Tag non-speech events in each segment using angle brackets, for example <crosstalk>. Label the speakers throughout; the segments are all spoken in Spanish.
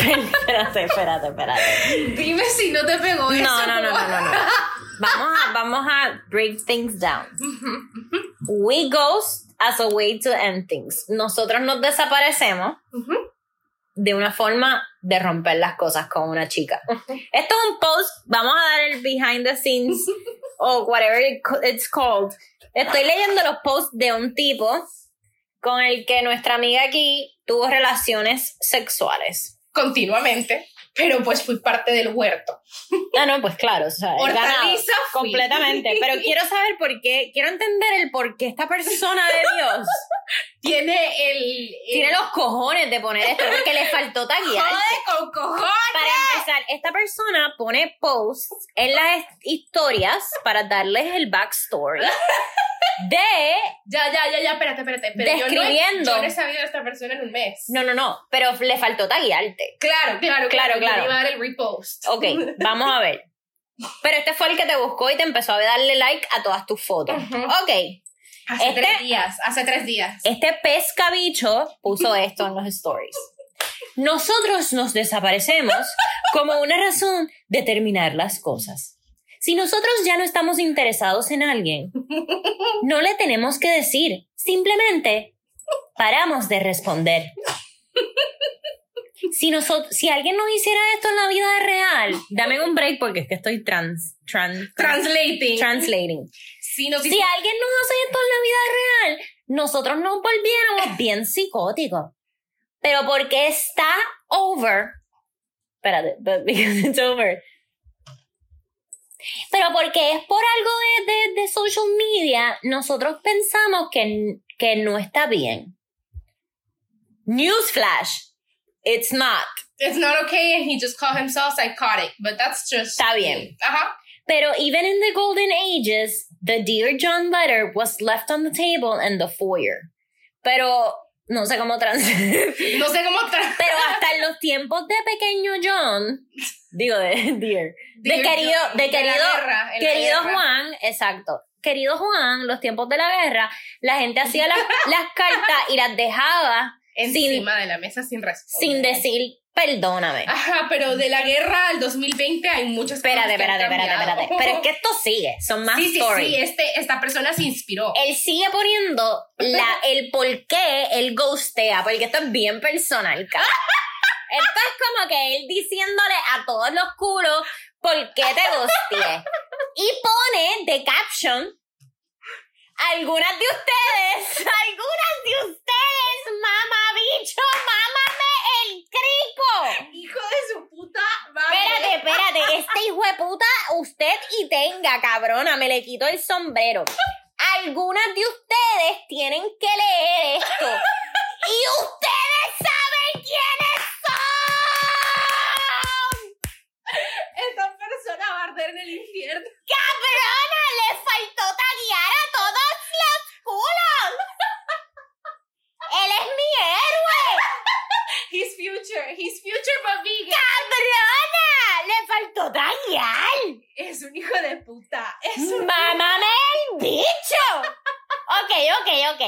Speaker 1: espérate, espérate, espérate.
Speaker 2: Dime si no te pegó eso.
Speaker 1: No, no, no, no, no, no. Vamos a, vamos a break things down. We ghost as a way to end things. Nosotros nos desaparecemos
Speaker 2: Ujú.
Speaker 1: de una forma de romper las cosas con una chica. Esto es un post, vamos a dar el behind the <laughs> scenes o whatever it co- it's called. Estoy leyendo los posts de un tipo con el que nuestra amiga aquí tuvo relaciones sexuales.
Speaker 2: <laughs> Continuamente. Pero pues fui parte del huerto.
Speaker 1: Ah, no, pues claro, o sea, he ganado
Speaker 2: Hortaliza fui.
Speaker 1: completamente.
Speaker 2: <laughs>
Speaker 1: Pero quiero saber por qué, quiero entender el por qué esta persona de
Speaker 2: <laughs>
Speaker 1: Dios
Speaker 2: Tiene el. el-
Speaker 1: tiene los cojones de poner esto, porque le faltó taguear.
Speaker 2: Jode con cojones.
Speaker 1: Para empezar, esta persona pone posts en las historias para darles el backstory
Speaker 2: <laughs>
Speaker 1: de
Speaker 2: Ya, ya, ya, ya, espérate, espérate. Pero Yo no, he-
Speaker 1: Describiendo.
Speaker 2: yo no he sabido de esta persona en un mes.
Speaker 1: No, no, no, pero le faltó taguearte.
Speaker 2: Claro,
Speaker 1: Claro,
Speaker 2: claro,
Speaker 1: claro.
Speaker 2: claro. Yo le iba a dar el repost.
Speaker 1: Ok, vamos a ver. Pero este fue el que te buscó y te empezó a darle like a todas tus fotos.
Speaker 2: Ujú.
Speaker 1: Ok,
Speaker 2: Hace
Speaker 1: Este-
Speaker 2: tres días, hace tres días.
Speaker 1: este pescabicho puso esto en los stories. Nosotros nos desaparecemos como una razón de terminar las cosas. Si nosotros ya no estamos interesados en alguien, no le tenemos que decir, simplemente paramos de responder. Si, nosotros, si alguien nos hiciera esto en la vida real, dame un break porque es que estoy trans, trans,
Speaker 2: Translating.
Speaker 1: translating.
Speaker 2: si nos
Speaker 1: Si alguien nos hace esto en la vida real, nosotros nos volviéramos bien psicóticos. Pero porque está over. Espérate, but because it's over. Pero porque es por algo de, de- de social media, nosotros pensamos que, que no está bien. Newsflash. It's not.
Speaker 2: It's not okay and he just called himself psychotic, but that's just.
Speaker 1: Está bien.
Speaker 2: Ajá.
Speaker 1: Pero even in the golden ages, the Dear John letter was left on the table in the foyer. Pero no sé cómo trans. <laughs> Pero
Speaker 2: No sé cómo. tra-
Speaker 1: hasta en los tiempos de pequeño John, digo de Dear, de
Speaker 2: Dear
Speaker 1: querido,
Speaker 2: John,
Speaker 1: de
Speaker 2: en la
Speaker 1: querido,
Speaker 2: guerra, en la
Speaker 1: querido
Speaker 2: guerra.
Speaker 1: Juan, exacto. Querido Juan, los tiempos de la guerra, la gente hacía las, las cartas y las dejaba
Speaker 2: Encima de la mesa sin responder.
Speaker 1: sin decir perdóname.
Speaker 2: Ajá, pero de la guerra al 2020 hay muchas cosas.
Speaker 1: espérate,
Speaker 2: que han
Speaker 1: espérate, espérate,
Speaker 2: cambiado.
Speaker 1: espérate. Pero es que esto sigue, son más
Speaker 2: <laughs> Sí, sí,
Speaker 1: stories.
Speaker 2: sí, este, esta persona se inspiró.
Speaker 1: él sigue poniendo la, el por qué él ghostea, porque esto es bien personal, cabrón. Esto es como que él diciéndole a todos los culos por qué te ghosteé. Y pone de caption, algunas de ustedes, <laughs> algunas de ustedes, mamá bicho, mámame el crico.
Speaker 2: Hijo de su puta madre.
Speaker 1: Espérate, espérate, este hijo de puta, usted y tenga, cabrona, me le quito el sombrero. Algunas de ustedes tienen que leer esto. Y ustedes saben quiénes son.
Speaker 2: <laughs> Esta persona va a arder en el infierno.
Speaker 1: Cabrona, le faltó taguear a todos los culos. Él es mi héroe.
Speaker 2: His future, his future, but vegan.
Speaker 1: Cabrona, le faltó taguear.
Speaker 2: Es un hijo de puta. Es un.
Speaker 1: ¡Mámame el bicho! Ok, ok, ok.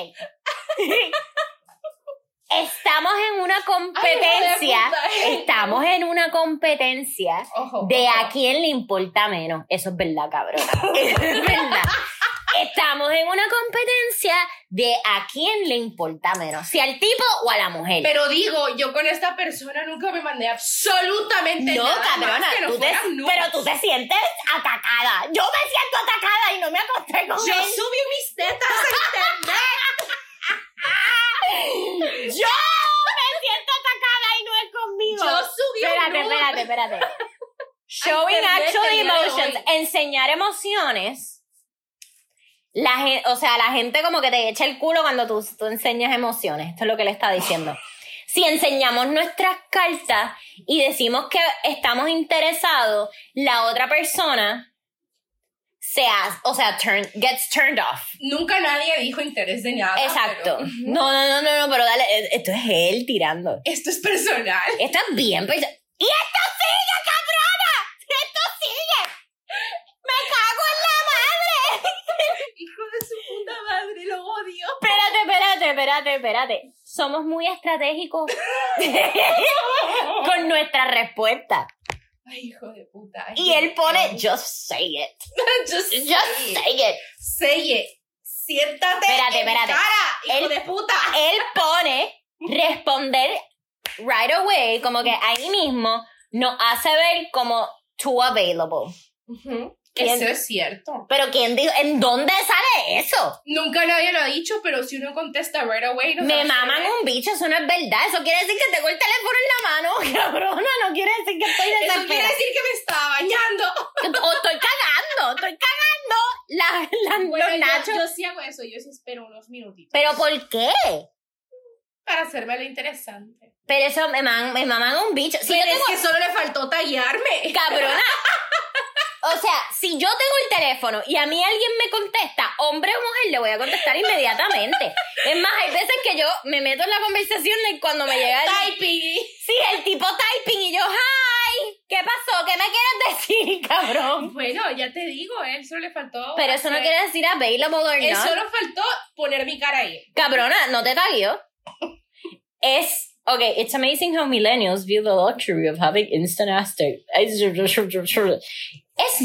Speaker 1: Estamos en una competencia.
Speaker 2: Ay, hijo de puta.
Speaker 1: Estamos en una competencia
Speaker 2: Ojo.
Speaker 1: de
Speaker 2: ojo.
Speaker 1: a quién le importa menos. Eso es verdad,
Speaker 2: <laughs>
Speaker 1: cabrón. Eso es verdad. Estamos en una competencia de a quién le importa menos. Si al tipo o a la mujer.
Speaker 2: Pero digo, yo con esta persona nunca me mandé absolutamente
Speaker 1: No,
Speaker 2: nada.
Speaker 1: cabrona,
Speaker 2: más que no
Speaker 1: tú te,
Speaker 2: fueran nudes.
Speaker 1: pero tú te sientes atacada. Yo me siento atacada y no me acosté con
Speaker 2: Yo
Speaker 1: él.
Speaker 2: subí mis
Speaker 1: <laughs>
Speaker 2: tetas a internet.
Speaker 1: Yo me siento atacada y no es conmigo.
Speaker 2: Yo subí un
Speaker 1: espérate,
Speaker 2: nude.
Speaker 1: espérate, espérate. Showing
Speaker 2: <laughs> Ay, perdí
Speaker 1: actual
Speaker 2: el día de
Speaker 1: emotions,
Speaker 2: hoy.
Speaker 1: enseñar emociones. La gen- o sea, la gente como que te echa el culo cuando tú, tú enseñas emociones. Esto es lo que le está diciendo. Si enseñamos nuestras cartas y decimos que estamos interesados, la otra persona se hace, o sea, turn, gets turned off.
Speaker 2: Nunca nadie dijo interés de nada.
Speaker 1: Exacto.
Speaker 2: <laughs> pero-
Speaker 1: No, no, no, no, no, pero dale, eh, esto es él tirando.
Speaker 2: Esto es personal. <laughs>
Speaker 1: Está bien, pero... ¡Y esto sigue, cabrona! ¡Esto sigue! ¡Me cago en la madre! <laughs>
Speaker 2: Hijo de su puta madre, lo odio.
Speaker 1: <laughs> Espérate, espérate, espérate, espérate. Somos muy estratégicos. por nuestra respuesta.
Speaker 2: Ay, hijo de puta. Ay,
Speaker 1: Y
Speaker 2: Dios
Speaker 1: él pone,
Speaker 2: mío.
Speaker 1: just say it.
Speaker 2: <laughs> Just,
Speaker 1: Just say it.
Speaker 2: say it. Siéntate.
Speaker 1: Espérate,
Speaker 2: en mi
Speaker 1: espérate.
Speaker 2: Cara, hijo
Speaker 1: Él-
Speaker 2: de puta.
Speaker 1: Él pone responder right away, como que ahí mismo nos hace ver como too available.
Speaker 2: Ujú.
Speaker 1: ¿Quién-
Speaker 2: Eso es cierto.
Speaker 1: Pero ¿quién dijo? ¿En dónde sale eso?
Speaker 2: Nunca nadie lo ha dicho, pero si uno contesta right away, no
Speaker 1: Me
Speaker 2: sabe
Speaker 1: maman
Speaker 2: saber.
Speaker 1: un bicho, eso no es verdad. Eso quiere decir que tengo el teléfono en la mano, <laughs> cabrona. No quiere decir que estoy
Speaker 2: Eso quiere
Speaker 1: desesperada.
Speaker 2: decir que me estaba bañando.
Speaker 1: O estoy cagando, estoy cagando la, la,
Speaker 2: Bueno,
Speaker 1: los
Speaker 2: yo-
Speaker 1: nachos.
Speaker 2: yo sí hago eso. Yo sí espero unos minutitos.
Speaker 1: ¿Pero por qué?
Speaker 2: para hacerme lo interesante.
Speaker 1: Pero eso me, man- me maman un bicho. Si yo
Speaker 2: Pero
Speaker 1: tengo,
Speaker 2: es que solo le faltó tallarme.
Speaker 1: cabrona. O sea, si yo tengo el teléfono y a mí alguien me contesta, hombre o mujer, le voy a contestar inmediatamente. Es más, hay veces que yo me meto en la conversación y cuando me llega el...
Speaker 2: Typing.
Speaker 1: Sí, el tipo typing y yo, hi, ¿qué pasó? ¿Qué me quieres decir, <laughs> cabrón?
Speaker 2: <laughs> Bueno, ya te digo, él solo le faltó.
Speaker 1: Pero eso no
Speaker 2: hacer-
Speaker 1: quiere decir available or
Speaker 2: Él
Speaker 1: not.
Speaker 2: solo faltó poner mi cara ahí.
Speaker 1: Cabrona, no te taguió. Es, ok, it's amazing how millennials view the luxury of having instant access. Es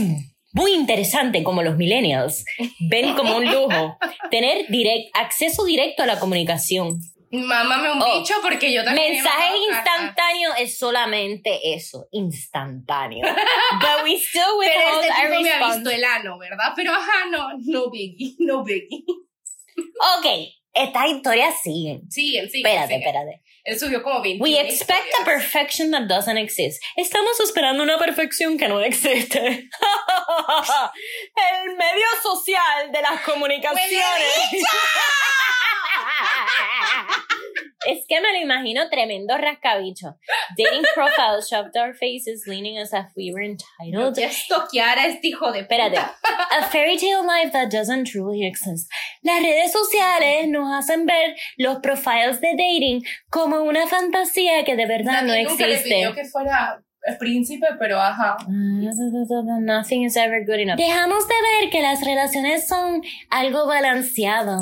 Speaker 1: muy interesante como los millennials ven como un lujo tener direct, acceso directo a la comunicación.
Speaker 2: Mámame un
Speaker 1: Oh.
Speaker 2: bicho porque yo también. he
Speaker 1: Mensaje
Speaker 2: mandado cartas.
Speaker 1: instantáneo es solamente eso, instantáneo. But we still
Speaker 2: Pero
Speaker 1: withhold
Speaker 2: este
Speaker 1: our
Speaker 2: tipo me ha
Speaker 1: response.
Speaker 2: visto el ano, ¿verdad? Pero ajá, no, no biggie, <laughs> no biggie.
Speaker 1: Ok, estas historias siguen.
Speaker 2: Siguen, siguen.
Speaker 1: Espérate,
Speaker 2: siguen.
Speaker 1: espérate.
Speaker 2: Él subió como 20.
Speaker 1: We expect a perfection that doesn't exist. Estamos esperando una perfección que no existe. <laughs> El medio social de las comunicaciones. <laughs> Es que me lo imagino tremendo rascabicho. Dating profiles shoved our faces leaning as if we were entitled.
Speaker 2: Ya estoquear a este hijo de.
Speaker 1: Espérate. A fairy tale life that doesn't truly exist. Las redes sociales nos hacen ver los profiles de dating como una fantasía que de verdad no
Speaker 2: Nadie nunca le pidió
Speaker 1: existe.
Speaker 2: que fuera eh, príncipe, pero ajá.
Speaker 1: Mm, Nothing is ever good enough. Dejamos de ver que las relaciones son algo balanceado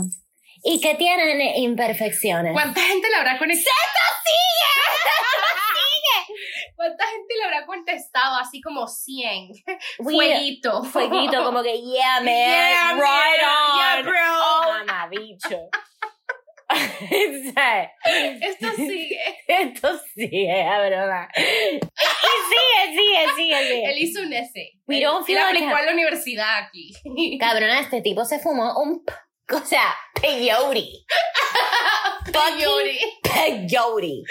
Speaker 1: y que tienen imperfecciones.
Speaker 2: ¿Cuánta gente le habrá conectado?
Speaker 1: ¡Sigue!
Speaker 2: <laughs> ¿Cuánta gente le habrá contestado? Así como 100.
Speaker 1: We- <laughs>
Speaker 2: Fueguito.
Speaker 1: Fueguito, como que, yeah, man,
Speaker 2: <laughs> Yeah,
Speaker 1: right
Speaker 2: man,
Speaker 1: on.
Speaker 2: yeah, bro.
Speaker 1: Oh, mamabicho. <laughs> O sea, <laughs>
Speaker 2: Esto eh, sigue.
Speaker 1: Esto sí es cabrona. Y sigue, sigue, sigue, sigue.
Speaker 2: Él hizo un S.
Speaker 1: We
Speaker 2: Él-
Speaker 1: don't feel
Speaker 2: él
Speaker 1: like
Speaker 2: aplicó
Speaker 1: that.
Speaker 2: a la universidad
Speaker 1: <laughs>
Speaker 2: aquí.
Speaker 1: Cabrona, este tipo se fumó un... p- O sea, peyote.
Speaker 2: Yori.
Speaker 1: peyote.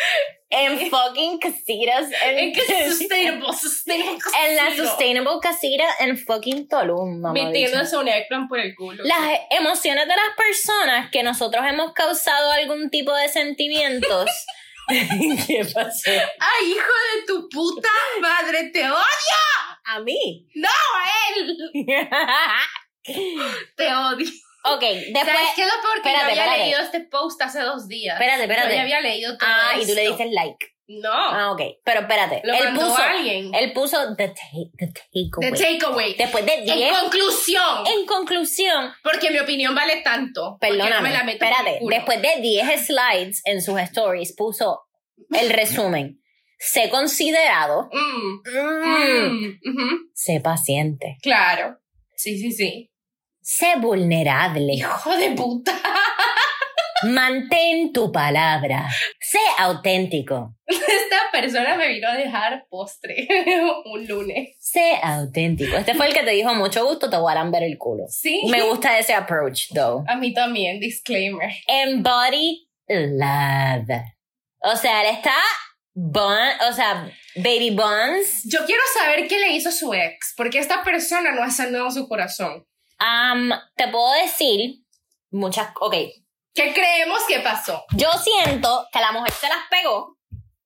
Speaker 1: En fucking casitas. <laughs> En,
Speaker 2: En que sustainable, sustainable.
Speaker 1: <laughs> en la
Speaker 2: cocido.
Speaker 1: sustainable casita en fucking Tulum, mamá.
Speaker 2: Metiéndose un eggplant por el culo.
Speaker 1: Las emociones de las personas que nosotros hemos causado algún tipo de sentimientos. <laughs> ¿Qué pasó?
Speaker 2: ¡Ay, hijo de tu puta
Speaker 1: <laughs>
Speaker 2: madre! ¡Te odio
Speaker 1: A <laughs> mí.
Speaker 2: a él! ¡Te odio!
Speaker 1: ok, después.
Speaker 2: ¿Sabes qué es lo peor? Que yo
Speaker 1: espérate,
Speaker 2: había
Speaker 1: espérate.
Speaker 2: leído este post hace dos días.
Speaker 1: Espérate,
Speaker 2: Yo ya
Speaker 1: espérate.
Speaker 2: había leído todo
Speaker 1: Ah, y tú le
Speaker 2: esto.
Speaker 1: dices like.
Speaker 2: No.
Speaker 1: Ah, ok. Pero espérate.
Speaker 2: Lo
Speaker 1: él
Speaker 2: mandó
Speaker 1: puso.
Speaker 2: alguien.
Speaker 1: Él puso the, ta- the takeaway.
Speaker 2: The takeaway.
Speaker 1: Después de 10.
Speaker 2: En conclusión,
Speaker 1: En conclusión,
Speaker 2: porque mi opinión vale tanto. porque
Speaker 1: perdóname,
Speaker 2: no me la meto por el
Speaker 1: espérate,
Speaker 2: culo.
Speaker 1: después de 10 slides en sus stories puso el resumen. Sé considerado,
Speaker 2: Mm,
Speaker 1: mm,
Speaker 2: mm, ujú,
Speaker 1: sé paciente,
Speaker 2: Claro. Sí, sí, sí.
Speaker 1: sé vulnerable,
Speaker 2: Hijo de puta. <laughs>
Speaker 1: mantén tu palabra, sé auténtico,
Speaker 2: Esta persona me vino a dejar postre <laughs> un lunes.
Speaker 1: sé auténtico. Este fue el que te dijo mucho gusto, te voy a arambar el culo.
Speaker 2: Sí. <laughs>
Speaker 1: Me gusta ese approach, though.
Speaker 2: A mí también, disclaimer.
Speaker 1: Embody love. O sea, él está, bun- o sea, baby buns.
Speaker 2: Yo quiero saber qué le hizo su ex, porque esta persona no ha sanado su corazón.
Speaker 1: Am, Um, te puedo decir muchas. Ok.
Speaker 2: ¿Qué creemos que pasó?
Speaker 1: Yo siento que la mujer se las pegó.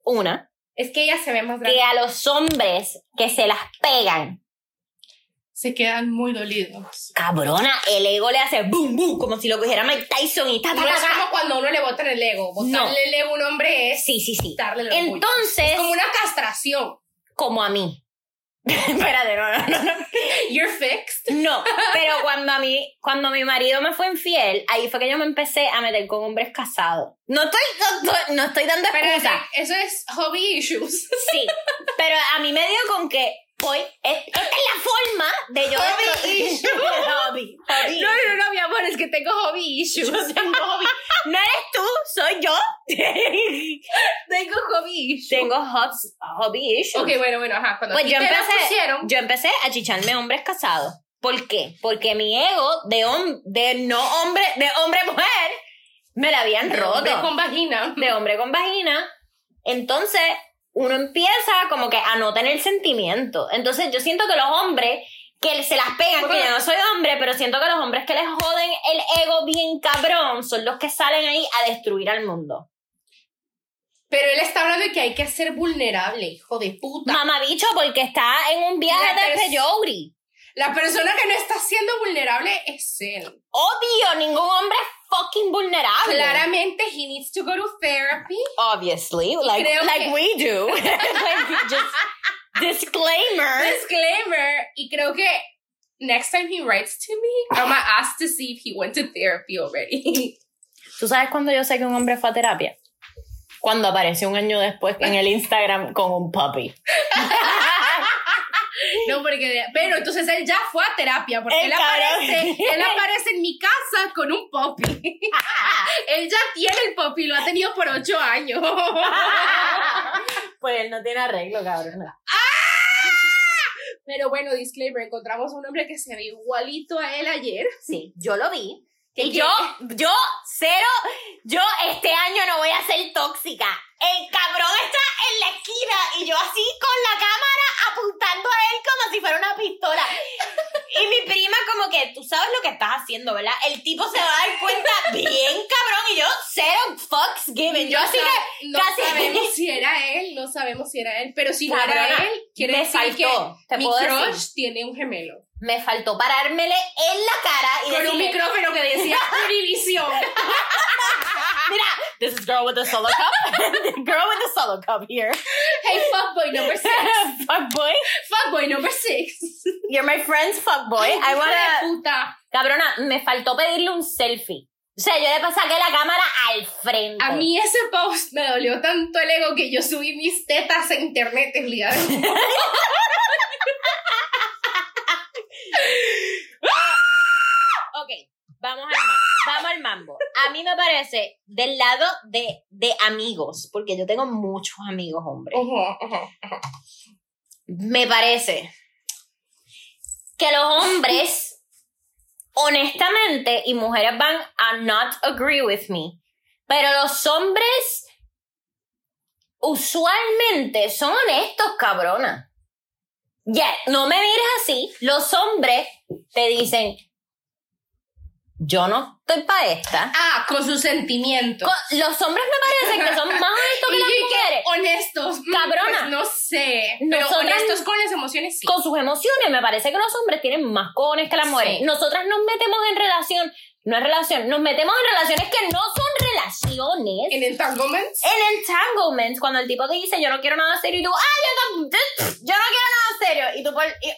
Speaker 1: Una.
Speaker 2: Es que ella se ve más grande.
Speaker 1: Que a los hombres que se las pegan.
Speaker 2: Se quedan muy dolidos.
Speaker 1: Cabrona, el ego le hace boom, boom, como si lo cogiera Mike Tyson y ta, ta,
Speaker 2: No
Speaker 1: ta,
Speaker 2: es
Speaker 1: ta.
Speaker 2: como cuando a uno le botan el ego. Botarle
Speaker 1: ah, No.
Speaker 2: el ego a un hombre es
Speaker 1: Sí, sí, sí.
Speaker 2: darle el orgullo.
Speaker 1: Entonces,
Speaker 2: Es como una castración.
Speaker 1: como a mí. <laughs> Espérate, no, no, no, no.
Speaker 2: You're fixed.
Speaker 1: No, pero cuando a mí, cuando mi marido me fue infiel, ahí fue que yo me empecé a meter con hombres casados. No estoy, no, estoy- no estoy dando
Speaker 2: Pero
Speaker 1: excusa.
Speaker 2: eso es hobby issues.
Speaker 1: Sí, pero a mí me dio con que hoy es- esta es la forma de yo
Speaker 2: Hobby <laughs> issue.
Speaker 1: hobby, hobby.
Speaker 2: <laughs> No, no, no, mi amor, es que tengo hobby issues. <laughs> tengo hobby,
Speaker 1: No eres tú, soy yo.
Speaker 2: tengo hobby issues.
Speaker 1: <laughs> Tengo hobs- hobby issues.
Speaker 2: Ok, bueno, bueno, ajá. Cuando
Speaker 1: Pues
Speaker 2: a ti
Speaker 1: yo
Speaker 2: te la
Speaker 1: empecé-
Speaker 2: pusieron,
Speaker 1: Yo empecé a chicharme hombres casados. ¿Por qué? Porque mi ego de hom- de no hombre, de hombre mujer me la habían roto.
Speaker 2: hombre con vagina.
Speaker 1: de hombre con vagina, entonces uno empieza como que a no tener sentimiento. Entonces yo siento que los hombres que se las pegan, que yo no soy hombre, pero siento que los hombres que les joden el ego bien cabrón son los que salen ahí a destruir al mundo.
Speaker 2: Pero él está hablando de que hay que ser vulnerable, hijo de puta.
Speaker 1: Mamabicho, porque está en un viaje
Speaker 2: La
Speaker 1: de
Speaker 2: pers-
Speaker 1: peyote.
Speaker 2: La persona que no está siendo vulnerable es él.
Speaker 1: Odio ningún hombre fucking
Speaker 2: Ah,
Speaker 1: vulnerable.
Speaker 2: Claramente, he needs to go to therapy.
Speaker 1: Obviously, like,
Speaker 2: creo
Speaker 1: like
Speaker 2: que-
Speaker 1: we <laughs> do. like, we just disclaimer.
Speaker 2: Disclaimer. Y creo que next time he writes to me, I'm gonna ask to see if he went to therapy already.
Speaker 1: ¿Tú sabes cuando yo sé que un hombre fue a terapia? Cuando apareció un año después en el Instagram con un puppy. <laughs>
Speaker 2: no, porque. Pero entonces él ya fue a terapia, porque
Speaker 1: El
Speaker 2: él
Speaker 1: cabrón.
Speaker 2: aparece,
Speaker 1: <laughs>
Speaker 2: él aparece en mi casa con un poppy. <laughs> él ya tiene el poppy, lo ha tenido por ocho años. <laughs> ¡Ah!
Speaker 1: pues él no tiene arreglo, cabrón.
Speaker 2: Pero bueno, disclaimer, encontramos a un hombre que se ve igualito a él ayer.
Speaker 1: Sí, yo lo vi.
Speaker 2: ¿Qué
Speaker 1: Y yo,
Speaker 2: <laughs>
Speaker 1: yo, cero, yo este año no voy a ser tóxica. El cabrón está en la esquina y yo así con la cámara apuntando a él como si fuera una pistola. Y mi prima como que, tú sabes lo que estás haciendo, ¿verdad? El tipo se va a dar cuenta bien cabrón y yo, cero fucks given. Yo así que...
Speaker 2: que no
Speaker 1: casi-
Speaker 2: sabemos si era él, no sabemos si era él, pero si no
Speaker 1: Cabrona,
Speaker 2: era él, quiere
Speaker 1: me
Speaker 2: decir
Speaker 1: faltó,
Speaker 2: que
Speaker 1: te
Speaker 2: mi
Speaker 1: puedo decir.
Speaker 2: crush tiene un gemelo.
Speaker 1: <laughs> Me faltó parármele en la cara y
Speaker 2: Con un
Speaker 1: decirle,
Speaker 2: micrófono que
Speaker 1: <laughs>
Speaker 2: decía Univisión.
Speaker 1: mira, this is girl with the solo cup, <laughs> girl with the solo cup here, <laughs>
Speaker 2: Hey, fuckboy number six.
Speaker 1: fuck boy,
Speaker 2: Fuckboy number six.
Speaker 1: you're my friend's fuck boy, <laughs> I
Speaker 2: Hijo
Speaker 1: wanna,
Speaker 2: de puta.
Speaker 1: cabrona, me faltó pedirle un selfie, o sea, yo le pasé la cámara al frente.
Speaker 2: A mí ese post me dolió tanto el ego que yo subí mis tetas a internet el día de
Speaker 1: <laughs>
Speaker 2: hoy.
Speaker 1: <laughs> Ok, vamos al, ma- vamos al mambo. A mí me parece del lado de, de amigos, porque yo tengo muchos amigos hombres.
Speaker 2: Ujú, ujú.
Speaker 1: me parece que los hombres, honestamente, y mujeres van a not agree with me, pero los hombres usualmente son honestos, cabrona. Ya, no me mires así. Los hombres te dicen, yo no estoy para esta.
Speaker 2: Ah, con sus sentimientos.
Speaker 1: Co- Los hombres me parece que son más honestos que
Speaker 2: <laughs> Y
Speaker 1: las
Speaker 2: yo, ¿y qué?
Speaker 1: mujeres.
Speaker 2: Honestos. Mm,
Speaker 1: Cabrona.
Speaker 2: pues no sé. Pero
Speaker 1: Nosotras-
Speaker 2: honestos con las emociones, sí.
Speaker 1: con sus emociones. Me parece que los hombres tienen más cojones que las mujeres.
Speaker 2: Sí.
Speaker 1: Nosotras nos metemos en relación, no en relación, nos metemos en relaciones que no son relaciones. En,
Speaker 2: En entanglements.
Speaker 1: entanglements, cuando el tipo te dice yo no quiero nada serio y tú, ah, yo, tam- yo no quiero nada serio. Y tú por... y-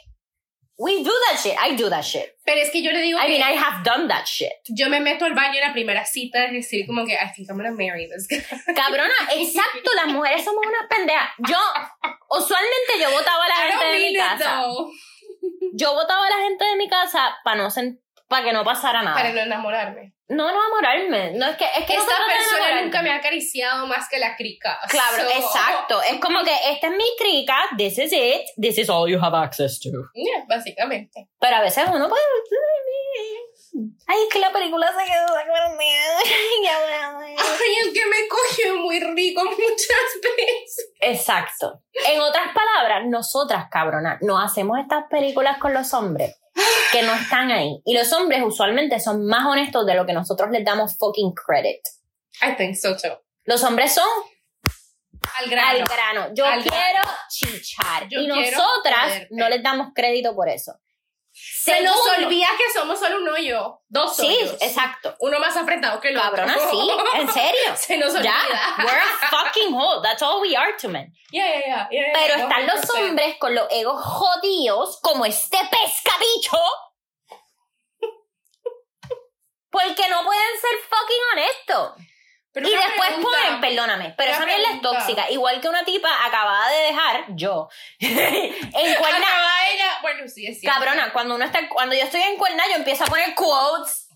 Speaker 1: We do that shit. I do that shit.
Speaker 2: Pero es que yo le digo
Speaker 1: I
Speaker 2: que
Speaker 1: mean, I have done that shit.
Speaker 2: yo me meto al baño en la primera cita es decir como que I think I'm gonna marry this guy. <laughs>
Speaker 1: Cabrona, exacto, las mujeres somos unas pendejas. Yo, usualmente yo votaba a la
Speaker 2: I
Speaker 1: gente
Speaker 2: don't
Speaker 1: de
Speaker 2: mean
Speaker 1: mi
Speaker 2: it
Speaker 1: casa.
Speaker 2: though.
Speaker 1: Yo votaba a la gente de mi casa para no para que no pasara nada.
Speaker 2: Para no enamorarme.
Speaker 1: No enamorarme. No, es que, es que no se
Speaker 2: Esta
Speaker 1: trata de
Speaker 2: persona
Speaker 1: enamorarme.
Speaker 2: nunca me ha acariciado más que la crica.
Speaker 1: Claro,
Speaker 2: So-
Speaker 1: exacto. Es como que esta es mi crica, this is it, this is all you have access to.
Speaker 2: Yeah, básicamente.
Speaker 1: Pero a veces uno puede. Ay, es que la película se quedó de acuerdo. <laughs>
Speaker 2: Ay, es que me cogió muy rico <laughs> muchas veces.
Speaker 1: Exacto. En otras palabras, nosotras, cabronas, no hacemos estas películas con los hombres que no están ahí. Y los hombres usualmente son más honestos de lo que nosotros les damos fucking credit.
Speaker 2: I think so too.
Speaker 1: Los hombres son
Speaker 2: Al grano.
Speaker 1: al grano. Yo
Speaker 2: Al grano.
Speaker 1: quiero chichar.
Speaker 2: Yo
Speaker 1: y
Speaker 2: quiero
Speaker 1: nosotras
Speaker 2: joderte.
Speaker 1: no les damos crédito por eso.
Speaker 2: Se nos
Speaker 1: Segundo-
Speaker 2: olvida que somos solo un hoyo. Dos
Speaker 1: Sí,
Speaker 2: hoyos.
Speaker 1: exacto.
Speaker 2: Uno más apretado que el
Speaker 1: Cabrona,
Speaker 2: otro. <laughs>
Speaker 1: sí, en serio.
Speaker 2: Se nos olvida.
Speaker 1: Ya, we're
Speaker 2: <laughs>
Speaker 1: a fucking hole. That's all we are to men.
Speaker 2: Ya, ya, ya, ya, ya,
Speaker 1: Pero
Speaker 2: ya,
Speaker 1: están los
Speaker 2: 100%.
Speaker 1: hombres con los egos jodidos, como este pescabicho. Porque no pueden ser fucking honestos.
Speaker 2: Pero
Speaker 1: Y
Speaker 2: una
Speaker 1: después
Speaker 2: pregunta.
Speaker 1: ponen, perdóname, pero
Speaker 2: Una
Speaker 1: esa mierda es
Speaker 2: pregunta.
Speaker 1: tóxica. Igual que una tipa acabada de dejar, yo. <laughs> en
Speaker 2: <laughs>
Speaker 1: cuerna.
Speaker 2: Acaba ella. Bueno, sí, es cierto.
Speaker 1: Cabrona, cuando uno está, cuando yo estoy en cuerna, yo empiezo a poner quotes.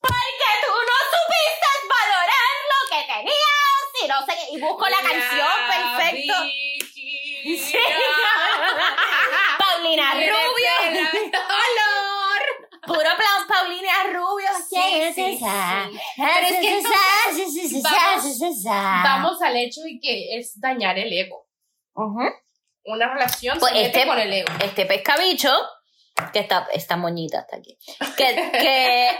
Speaker 1: Porque tú no supiste valorar lo que tenías y no sé qué. Y busco la canción perfecto. <laughs>
Speaker 2: Vicky,
Speaker 1: Sí.
Speaker 2: ya.
Speaker 1: Paulina
Speaker 2: Tiene
Speaker 1: Rubio. <laughs>
Speaker 2: pena, Dolor.
Speaker 1: Puro plan Paulina Rubio.
Speaker 2: Sí, sí, sí. Pero es que entonces, vamos- Vamos al hecho de que es dañar el ego.
Speaker 1: Ujú.
Speaker 2: Una relación
Speaker 1: Pues
Speaker 2: se mete
Speaker 1: este-
Speaker 2: con el ego.
Speaker 1: este pescabicho, que está, esta moñita está aquí, que, que,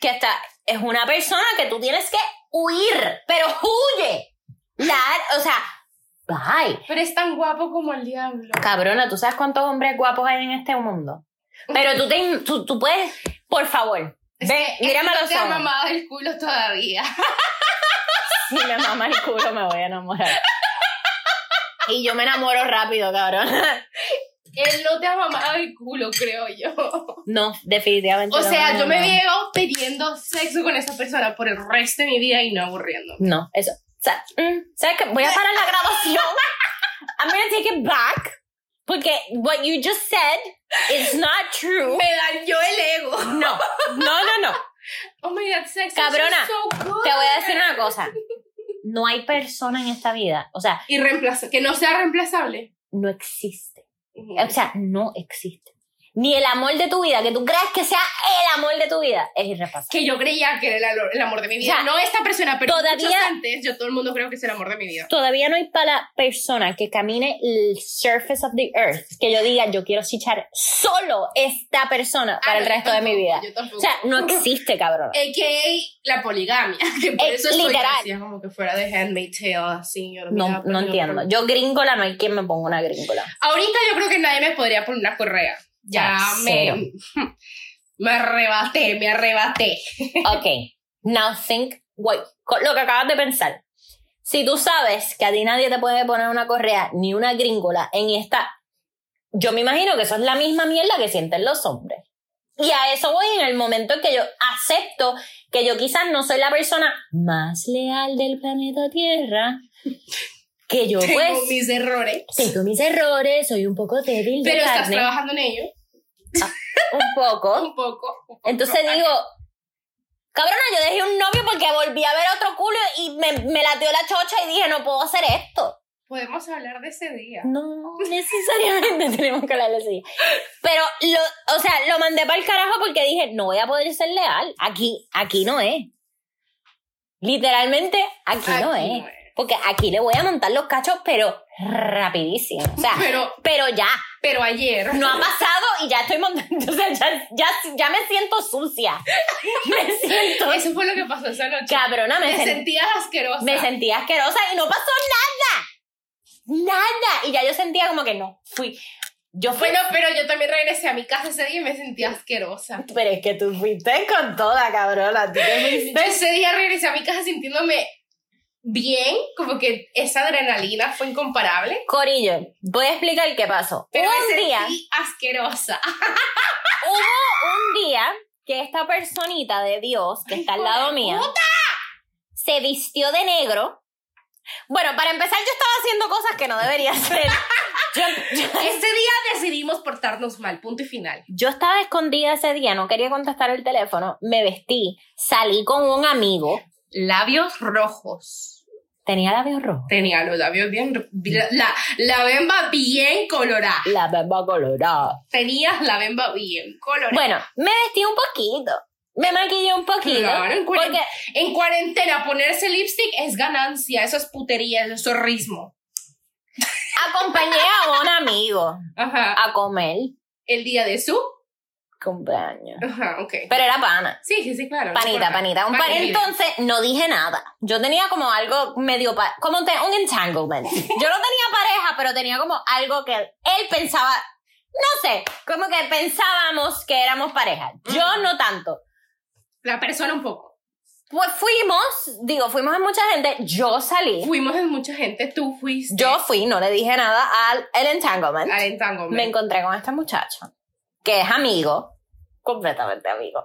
Speaker 1: que está, es una persona que tú tienes que huir, pero huye. La, o sea, bye.
Speaker 2: Pero es tan guapo como el diablo.
Speaker 1: Cabrona, ¿tú sabes cuántos hombres guapos hay en este mundo? Pero tú, te, in- tú, tú puedes, por favor,
Speaker 2: Es
Speaker 1: ven,
Speaker 2: que
Speaker 1: mírame a
Speaker 2: él no
Speaker 1: los
Speaker 2: te ha
Speaker 1: ojos.
Speaker 2: mamado el culo todavía. <laughs>
Speaker 1: Si me mama el culo, me voy a
Speaker 2: <laughs>
Speaker 1: enamorar. Y yo me enamoro rápido, cabrón.
Speaker 2: Él no te ha mamado el culo, creo yo.
Speaker 1: No, definitivamente
Speaker 2: O
Speaker 1: no
Speaker 2: sea, yo me
Speaker 1: enamoro.
Speaker 2: veo pidiendo sexo con esa persona por el resto de mi vida y no aburriendo.
Speaker 1: No, eso. O sea, mm, ¿sabes qué? Voy a parar la <laughs> grabación. I'm gonna take it back. Porque what you just said is not true.
Speaker 2: Me dañó el ego.
Speaker 1: No, no, no, no.
Speaker 2: Oh my god, sexo.
Speaker 1: Cabrona,
Speaker 2: is so good.
Speaker 1: Te voy a decir una cosa. No hay persona en esta vida. O sea,
Speaker 2: <laughs> Y reemplaza, que no sea reemplazable.
Speaker 1: no existe. O sea, no existe. Ni el amor de tu vida, que tú creas que sea el amor de tu vida, es irrepasable.
Speaker 2: que yo creía que era el, alo- el amor de mi vida.
Speaker 1: O sea,
Speaker 2: no esta persona, pero
Speaker 1: todavía-
Speaker 2: muchos antes yo todo el mundo creo que es el amor de mi vida.
Speaker 1: Todavía no hay para persona que camine el surface of the earth que yo diga, yo quiero chichar solo esta persona para
Speaker 2: Ah,
Speaker 1: el
Speaker 2: no, yo
Speaker 1: resto de mi
Speaker 2: tampoco,
Speaker 1: vida.
Speaker 2: Yo tampoco.
Speaker 1: O sea, no existe,
Speaker 2: <laughs>
Speaker 1: cabrón.
Speaker 2: AKA la
Speaker 1: <laughs>
Speaker 2: poligamia. Que por
Speaker 1: Es
Speaker 2: eso estoy
Speaker 1: Eh, literal.
Speaker 2: así, es como que fuera de Handmaid Tale, así. Yo lo
Speaker 1: No, no
Speaker 2: miraba, pero-
Speaker 1: entiendo. Yo gringola, no hay quien me ponga una
Speaker 2: <laughs>
Speaker 1: gringola.
Speaker 2: Ahorita yo creo que nadie me podría poner una correa. Ya
Speaker 1: Ah,
Speaker 2: me.
Speaker 1: cero.
Speaker 2: <laughs> Me arrebaté, me arrebaté.
Speaker 1: Ok, now think, wait, con lo que acabas de pensar. Si tú sabes que a ti nadie te puede poner una correa ni una gringola en esta, yo me imagino que eso es la misma mierda que sienten los hombres. Y a eso voy en el momento en que yo acepto que yo quizás no soy la persona más leal del planeta
Speaker 2: <laughs>
Speaker 1: Tierra. Que yo
Speaker 2: Tengo
Speaker 1: pues
Speaker 2: mis errores.
Speaker 1: tengo mis errores, soy un poco débil de
Speaker 2: Pero estás
Speaker 1: carne,
Speaker 2: trabajando en ello.
Speaker 1: un poco.
Speaker 2: <laughs> Un poco. un poco. Ah,
Speaker 1: Entonces digo, cabrona, yo dejé un novio porque volví a ver otro culo y me, me latió la chocha y dije, no puedo hacer esto.
Speaker 2: Podemos hablar de ese día.
Speaker 1: No, necesariamente <laughs> tenemos que hablar de ese día. Pero, lo, o sea, lo mandé para el carajo porque dije, no voy a poder ser leal. Aquí, aquí no es. Literalmente, aquí, no
Speaker 2: Aquí
Speaker 1: es.
Speaker 2: no es.
Speaker 1: Porque aquí le voy a montar los cachos, pero rapidísimo. O sea,
Speaker 2: <laughs> Pero,
Speaker 1: pero ya.
Speaker 2: pero ayer.
Speaker 1: no ha pasado y ya estoy montando, <laughs> o sea, ya, ya, ya me siento <laughs> sucia. Me siento...
Speaker 2: Eso fue lo que pasó esa noche.
Speaker 1: Cabrona, me,
Speaker 2: Me
Speaker 1: sen-
Speaker 2: sentías asquerosa.
Speaker 1: me sentí asquerosa y no pasó nada. Nada. Y ya yo sentía como que no, fui. Yo fui...
Speaker 2: bueno, pero yo también regresé a mi casa ese día y me sentí asquerosa.
Speaker 1: Pero es que tú fuiste con toda, cabrona. Tú te
Speaker 2: Yo ese día regresé a mi casa sintiéndome bien, como que esa adrenalina fue incomparable.
Speaker 1: Corillo, voy a explicar qué pasó.
Speaker 2: Pero me
Speaker 1: un
Speaker 2: sentí
Speaker 1: día,
Speaker 2: asquerosa.
Speaker 1: un día que esta personita de Dios que está al lado mío se vistió de negro. Bueno, para empezar, yo estaba haciendo cosas que no debería hacer. <laughs>
Speaker 2: <laughs>
Speaker 1: Yo- yo,
Speaker 2: Ese día decidimos portarnos mal, punto y final.
Speaker 1: Yo estaba escondida ese día, no quería contestar el teléfono, me vestí, salí con un amigo,
Speaker 2: Labios rojos.
Speaker 1: tenía labios rojos.
Speaker 2: Tenía los labios bien. ro- La, la bemba bien colorada.
Speaker 1: La beba colorada.
Speaker 2: Tenías la bemba bien colorada.
Speaker 1: Bueno, me vestí un poquito, me maquillé un poquito.
Speaker 2: Claro, en cuaren-
Speaker 1: porque
Speaker 2: En cuarentena ponerse lipstick es ganancia, eso es putería, eso es zorrismo.
Speaker 1: acompañé a pues, un amigo
Speaker 2: Ajá.
Speaker 1: a comer
Speaker 2: El día de su.
Speaker 1: cumpleaños.
Speaker 2: Ajá, ok.
Speaker 1: Pero era pana.
Speaker 2: Sí, sí, sí, claro. no
Speaker 1: Panita,
Speaker 2: importa.
Speaker 1: panita. Un pan.
Speaker 2: Panita.
Speaker 1: Entonces no dije nada. Yo tenía como algo medio. pa- como un te- un entanglement. Yo no tenía pareja, pero tenía como algo que él pensaba no sé, como que pensábamos que éramos pareja. Yo
Speaker 2: Ujú.
Speaker 1: no tanto.
Speaker 2: La persona un poco.
Speaker 1: Pues fuimos, digo, fuimos a mucha gente, yo salí.
Speaker 2: Fuimos en mucha gente, tú fuiste
Speaker 1: Yo fui, no le dije nada al el entanglement.
Speaker 2: al entanglement.
Speaker 1: Me encontré con este muchacho, que es amigo, completamente amigo.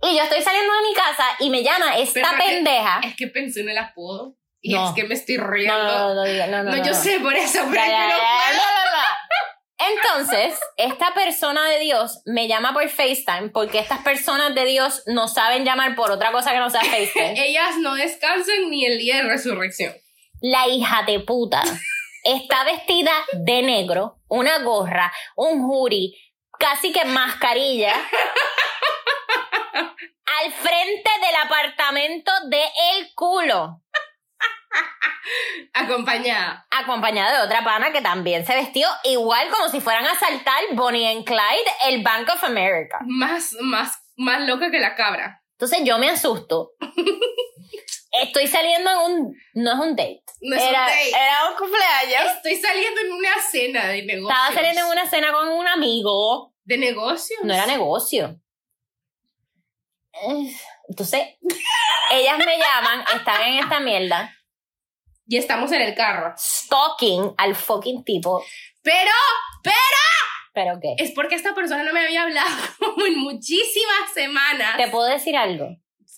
Speaker 1: Y yo estoy saliendo de mi casa y me llama esta
Speaker 2: Pero, espérate,
Speaker 1: pendeja.
Speaker 2: Es que pensé en el apodo y
Speaker 1: No.
Speaker 2: es que me estoy riendo.
Speaker 1: No, no, no, no, diga- no, no,
Speaker 2: No,
Speaker 1: no,
Speaker 2: yo
Speaker 1: no.
Speaker 2: sé por eso, pero
Speaker 1: Ya,
Speaker 2: es
Speaker 1: ya,
Speaker 2: que no
Speaker 1: ya,
Speaker 2: puedo.
Speaker 1: ya, ya, ya. Entonces, esta persona de Dios me llama por FaceTime porque estas personas de Dios no saben llamar por otra cosa que no sea
Speaker 2: <laughs>
Speaker 1: FaceTime.
Speaker 2: Ellas no descansan ni el día de resurrección.
Speaker 1: La hija de puta está vestida de negro, una gorra, un hoodie, casi que
Speaker 2: <laughs>
Speaker 1: mascarilla. Al frente del apartamento de El Culo,
Speaker 2: Acompañada.
Speaker 1: acompañada de otra pana que también se vestió igual como si fueran a asaltar Bonnie and Clyde, el Bank of America.
Speaker 2: Más, más, más loca que la cabra.
Speaker 1: Entonces yo me
Speaker 2: <laughs>
Speaker 1: asusto. Estoy saliendo en un. No es un date.
Speaker 2: No es un
Speaker 1: era,
Speaker 2: date.
Speaker 1: era un cumpleaños.
Speaker 2: Estoy saliendo en una cena de negocios.
Speaker 1: Estaba saliendo en una cena con un amigo.
Speaker 2: ¿De negocios?
Speaker 1: No era negocio. Eh, Entonces, ellas me llaman, están en esta mierda,
Speaker 2: Y estamos en el carro.
Speaker 1: stalking al fucking tipo.
Speaker 2: Pero
Speaker 1: ¿Pero qué?
Speaker 2: es porque esta persona no me había hablado <laughs> como en muchísimas semanas.
Speaker 1: ¿Te puedo decir algo?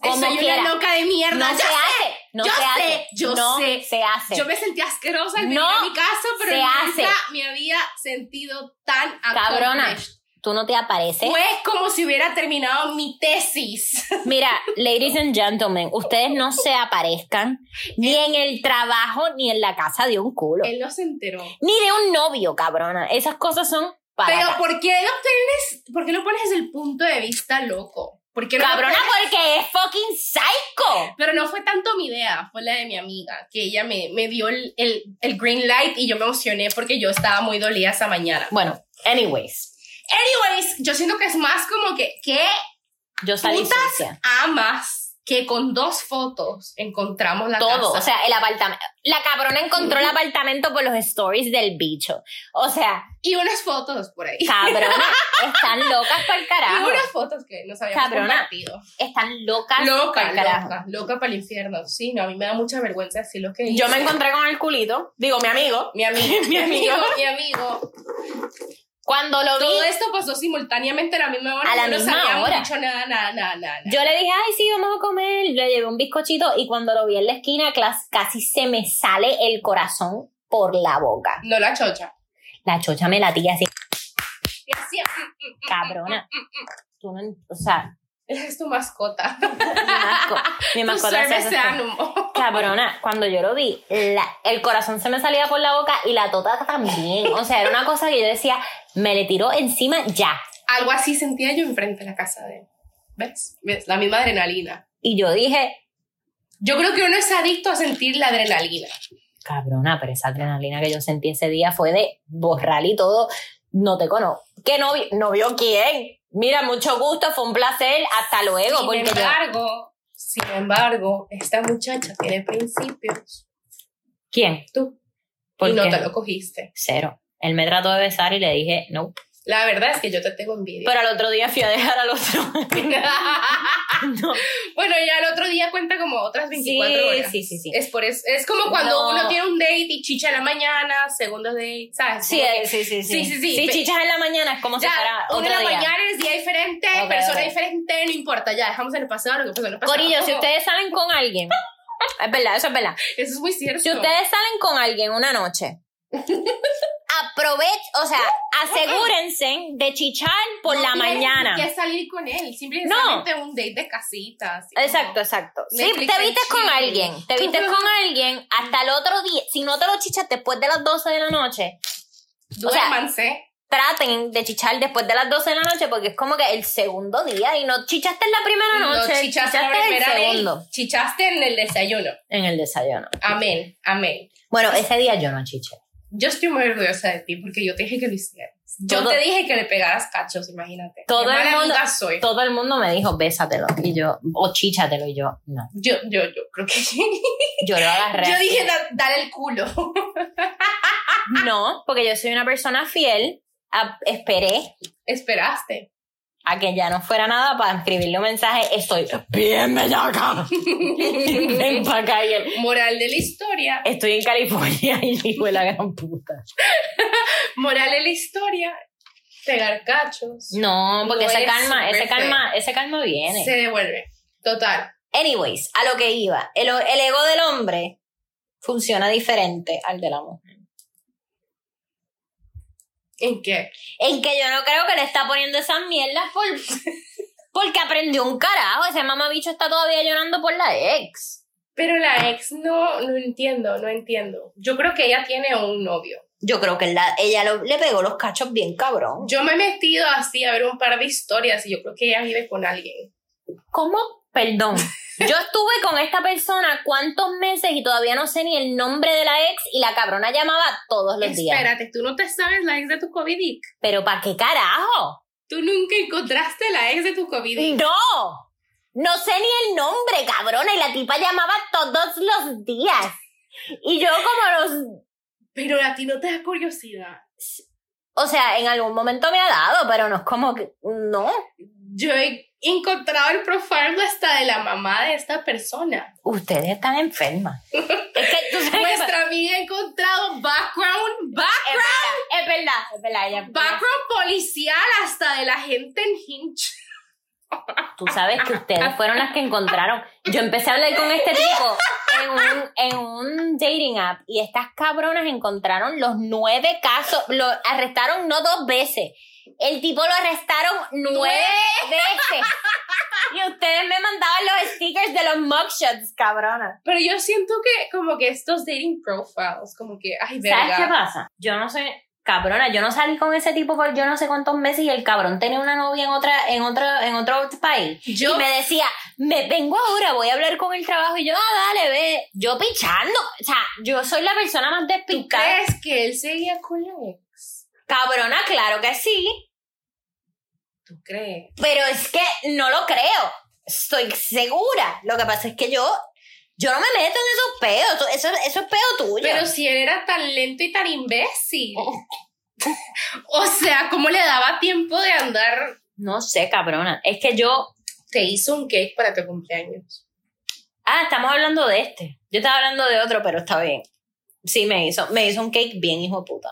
Speaker 1: como
Speaker 2: Soy
Speaker 1: quiera.
Speaker 2: una loca de mierda.
Speaker 1: No
Speaker 2: Ya
Speaker 1: se
Speaker 2: sé.
Speaker 1: hace. No
Speaker 2: yo
Speaker 1: se
Speaker 2: sé,
Speaker 1: hace.
Speaker 2: yo
Speaker 1: no
Speaker 2: sé.
Speaker 1: se hace.
Speaker 2: Yo me sentí asquerosa al venir
Speaker 1: No
Speaker 2: a mi casa, pero
Speaker 1: se
Speaker 2: nunca
Speaker 1: hace.
Speaker 2: me había sentido tan
Speaker 1: Cabrona.
Speaker 2: accomplished.
Speaker 1: Tú no te apareces.
Speaker 2: Fue como si hubiera terminado mi
Speaker 1: <laughs>
Speaker 2: tesis.
Speaker 1: Mira, ladies and gentlemen, ustedes no se aparezcan ni en el trabajo ni en la casa de un culo.
Speaker 2: Él no se enteró.
Speaker 1: Ni de un novio, cabrona. Esas cosas son para.
Speaker 2: Pero
Speaker 1: acá.
Speaker 2: ¿por qué lo tienes? ¿Por qué lo pones desde el punto de vista loco? Porque
Speaker 1: Cabrona, porque es fucking psycho.
Speaker 2: Pero no fue tanto mi idea, fue la de mi amiga, que ella me, me dio el, el, el green light y yo me emocioné porque yo estaba muy dolida esa mañana.
Speaker 1: Bueno, anyways,
Speaker 2: Anyways, yo siento que es más como que, ¿qué
Speaker 1: yo salí
Speaker 2: Putas.
Speaker 1: sucia.
Speaker 2: amas que con dos fotos encontramos la
Speaker 1: Todo,
Speaker 2: casa?
Speaker 1: o sea, el apartamento. La cabrona encontró el apartamento por los stories del bicho. O sea,
Speaker 2: y unas fotos por ahí. <laughs>
Speaker 1: cabrona, están locas para el
Speaker 2: Y
Speaker 1: carajo.
Speaker 2: unas fotos que nos habíamos
Speaker 1: Cabrona.
Speaker 2: compartido.
Speaker 1: Están locas para
Speaker 2: Loca,
Speaker 1: el carajo.
Speaker 2: loca, loca para el infierno. Sí, no, a mí me da mucha vergüenza decir lo que hice.
Speaker 1: Yo me encontré con el culito, digo, mi amigo. <laughs>
Speaker 2: Mi amigo,
Speaker 1: Mi
Speaker 2: mi
Speaker 1: amigo.
Speaker 2: amigo, mi amigo.
Speaker 1: Cuando lo vi,
Speaker 2: Todo esto pasó simultáneamente a la misma hora.
Speaker 1: A la
Speaker 2: no nos
Speaker 1: misma
Speaker 2: habíamos
Speaker 1: hora.
Speaker 2: dicho nada, nada, nada, nada.
Speaker 1: Yo le dije, ay, sí, vamos a comer. Le llevé un bizcochito y cuando lo vi en la esquina, clas- casi se me sale el corazón por la boca.
Speaker 2: No la chocha.
Speaker 1: La chocha me latía así,
Speaker 2: Y así, mm,
Speaker 1: cabrona. Tú no, o sea,
Speaker 2: es tu mascota.
Speaker 1: mi masco- mi
Speaker 2: <laughs> Tu
Speaker 1: mascota se
Speaker 2: service
Speaker 1: asustó.
Speaker 2: animal.
Speaker 1: Cabrona, cuando yo lo vi, la- el corazón se me salía por la boca y la tota también. O sea, era una cosa que yo decía, me le tiró encima ya.
Speaker 2: Algo así sentía yo enfrente de la casa de él. ¿Ves? ¿Ves? La misma adrenalina.
Speaker 1: Y yo dije,
Speaker 2: Yo creo que uno es adicto a sentir la adrenalina.
Speaker 1: cabrona, pero esa adrenalina que yo sentí ese día fue de borrar y todo. No te conozco. ¿Qué novio? ¿Novio quién? Mira, mucho gusto, fue un placer. Hasta luego.
Speaker 2: Sin
Speaker 1: porque yo-
Speaker 2: embargo, sin embargo, esta muchacha tiene principios.
Speaker 1: ¿Quién?
Speaker 2: Tú.
Speaker 1: ¿Por
Speaker 2: y no
Speaker 1: qué?
Speaker 2: te lo cogiste.
Speaker 1: Cero. Él me trató de besar y le dije, no.
Speaker 2: La verdad es que yo te tengo envidia.
Speaker 1: Pero al otro día fui a dejar al otro. No.
Speaker 2: bueno, ya el otro día cuenta como otras 24
Speaker 1: Sí,
Speaker 2: horas.
Speaker 1: sí, sí, sí.
Speaker 2: Es por eso. Es como cuando
Speaker 1: No.
Speaker 2: uno tiene un date y chicha en la mañana, segundo date, ¿sabes?
Speaker 1: Sí,
Speaker 2: Como que-
Speaker 1: eh, sí, sí, sí.
Speaker 2: <laughs> Sí, sí, sí. Pe-
Speaker 1: chichas en la mañana es como si
Speaker 2: Ya,
Speaker 1: fuera
Speaker 2: una de
Speaker 1: otro
Speaker 2: la
Speaker 1: día.
Speaker 2: mañana es día diferente,
Speaker 1: Ok,
Speaker 2: persona
Speaker 1: ok.
Speaker 2: diferente, no importa, ya dejamos en el pasado lo que pasó en el pasado.
Speaker 1: Corillo, si
Speaker 2: Como-
Speaker 1: ustedes salen con alguien. Es verdad, eso es verdad.
Speaker 2: <laughs> Eso es muy cierto.
Speaker 1: Si ustedes salen con alguien una noche, aprovechen, o sea, asegúrense de chichar por
Speaker 2: No
Speaker 1: la
Speaker 2: tienes
Speaker 1: mañana.
Speaker 2: que salir con él, simplemente un date de casita. así como-
Speaker 1: Exacto, exacto. Si te
Speaker 2: Netflix and
Speaker 1: vistes con
Speaker 2: chill.
Speaker 1: alguien, te vistes con alguien hasta el otro día, si no te lo chichas después de las 12 de la noche, o sea,
Speaker 2: Duérmanse.
Speaker 1: traten de chichar después de las 12 de la noche porque es como que el segundo día y no chichaste en la primera
Speaker 2: No
Speaker 1: noche,
Speaker 2: chichaste la
Speaker 1: el
Speaker 2: primera vez.
Speaker 1: segundo
Speaker 2: Chichaste en el desayuno.
Speaker 1: en el desayuno.
Speaker 2: Amén, amén.
Speaker 1: Bueno, ese día yo no chiché.
Speaker 2: Yo estoy muy orgullosa de ti porque yo te dije que lo hicieras. Yo
Speaker 1: Todo-
Speaker 2: te dije que le pegaras cachos, imagínate.
Speaker 1: Todo
Speaker 2: Qué
Speaker 1: el
Speaker 2: mala
Speaker 1: mundo-
Speaker 2: amiga soy.
Speaker 1: Todo el mundo me dijo, bésatelo. Y yo, o chíchatelo. Y yo, no.
Speaker 2: Yo, yo, yo creo que
Speaker 1: Yo lo agarré.
Speaker 2: Yo dije, "Da- dale el culo. Ah.
Speaker 1: no, porque yo soy una persona fiel a- esperé
Speaker 2: <laughs> Esperaste.
Speaker 1: a que ya no fuera nada para escribirle un mensaje. Estoy bien
Speaker 2: <laughs>
Speaker 1: bellaca. Ven para acá y él,
Speaker 2: Moral de la historia.
Speaker 1: Estoy en California y <laughs> digo la gran puta.
Speaker 2: Moral de la historia. Pegar cachos.
Speaker 1: No, porque
Speaker 2: No
Speaker 1: ese
Speaker 2: es
Speaker 1: calma, ese
Speaker 2: perfecto.
Speaker 1: calma, ese calma viene.
Speaker 2: Se devuelve. Total.
Speaker 1: Anyways, a lo que iba. El, el ego del hombre funciona diferente al de la mujer.
Speaker 2: ¿En qué?
Speaker 1: En que yo no creo que le está poniendo esas mierdas por, <laughs> porque aprendió un carajo. Ese mamabicho está todavía llorando por la ex.
Speaker 2: Pero la ex no, no entiendo, no entiendo. Yo creo que ella tiene un novio.
Speaker 1: Yo creo que la- ella lo- le pegó los cachos bien cabrón.
Speaker 2: Yo me he metido así a ver un par de historias y yo creo que ella vive con alguien.
Speaker 1: ¿Cómo? Perdón. Yo estuve con esta persona cuántos meses y todavía no sé ni el nombre de la ex y la cabrona llamaba todos los días.
Speaker 2: Espérate, tú no te sabes la ex de tu COVID. -ic?
Speaker 1: Pero ¿para qué carajo?
Speaker 2: Tú nunca encontraste la ex de tu COVID. -ic?
Speaker 1: No. No sé ni el nombre, cabrona. Y la tipa llamaba todos los días. Y yo como los...
Speaker 2: Pero a ti no te da curiosidad.
Speaker 1: O sea, en algún momento me ha dado, pero no es como que... No.
Speaker 2: Yo he encontrado el profile hasta de la mamá de esta persona.
Speaker 1: Ustedes están enfermas. Es que tú
Speaker 2: <laughs>
Speaker 1: sabes que-
Speaker 2: Nuestra amiga ha encontrado background, back,
Speaker 1: Es verdad, es verdad, es verdad. ella-
Speaker 2: background policial hasta de la gente en Hinge.
Speaker 1: Tú sabes que ustedes fueron las que encontraron. Yo empecé a hablar con este tipo en un, en un dating app y estas cabronas encontraron los nueve casos. Lo arrestaron no dos veces. El tipo lo arrestaron nueve veces. Y ustedes me mandaban los stickers de los mugshots, cabrona.
Speaker 2: Pero yo siento que como que estos dating profiles, como que, ay,
Speaker 1: ¿Sabes qué
Speaker 2: verga.
Speaker 1: pasa? Yo no sé. Cabrona, yo no salí con ese tipo por yo no sé cuántos meses y el cabrón tenía una novia en otra, en otro, en otro país.
Speaker 2: Yo,
Speaker 1: Y me decía, me vengo ahora, voy a hablar con el trabajo. Y yo, ah, dale, ve. Yo pichando. O sea, yo soy la persona más
Speaker 2: ¿tú
Speaker 1: despicada.
Speaker 2: crees que él seguía con la ex?
Speaker 1: Cabrona, claro que sí.
Speaker 2: ¿Tú crees?
Speaker 1: Pero es que no lo creo. Estoy segura. Lo que pasa es que yo, yo no me meto en esos peos. Eso, eso es peo tuyo.
Speaker 2: Pero si él era tan lento y tan imbécil.
Speaker 1: Oh.
Speaker 2: o sea, ¿cómo le daba tiempo de andar?
Speaker 1: no sé, cabrona. Es que yo.
Speaker 2: Te hizo un cake para tu cumpleaños.
Speaker 1: Ah, estamos hablando de este. Yo estaba hablando de otro, pero está bien. Sí, me hizo, me hizo un cake bien, hijo de puta.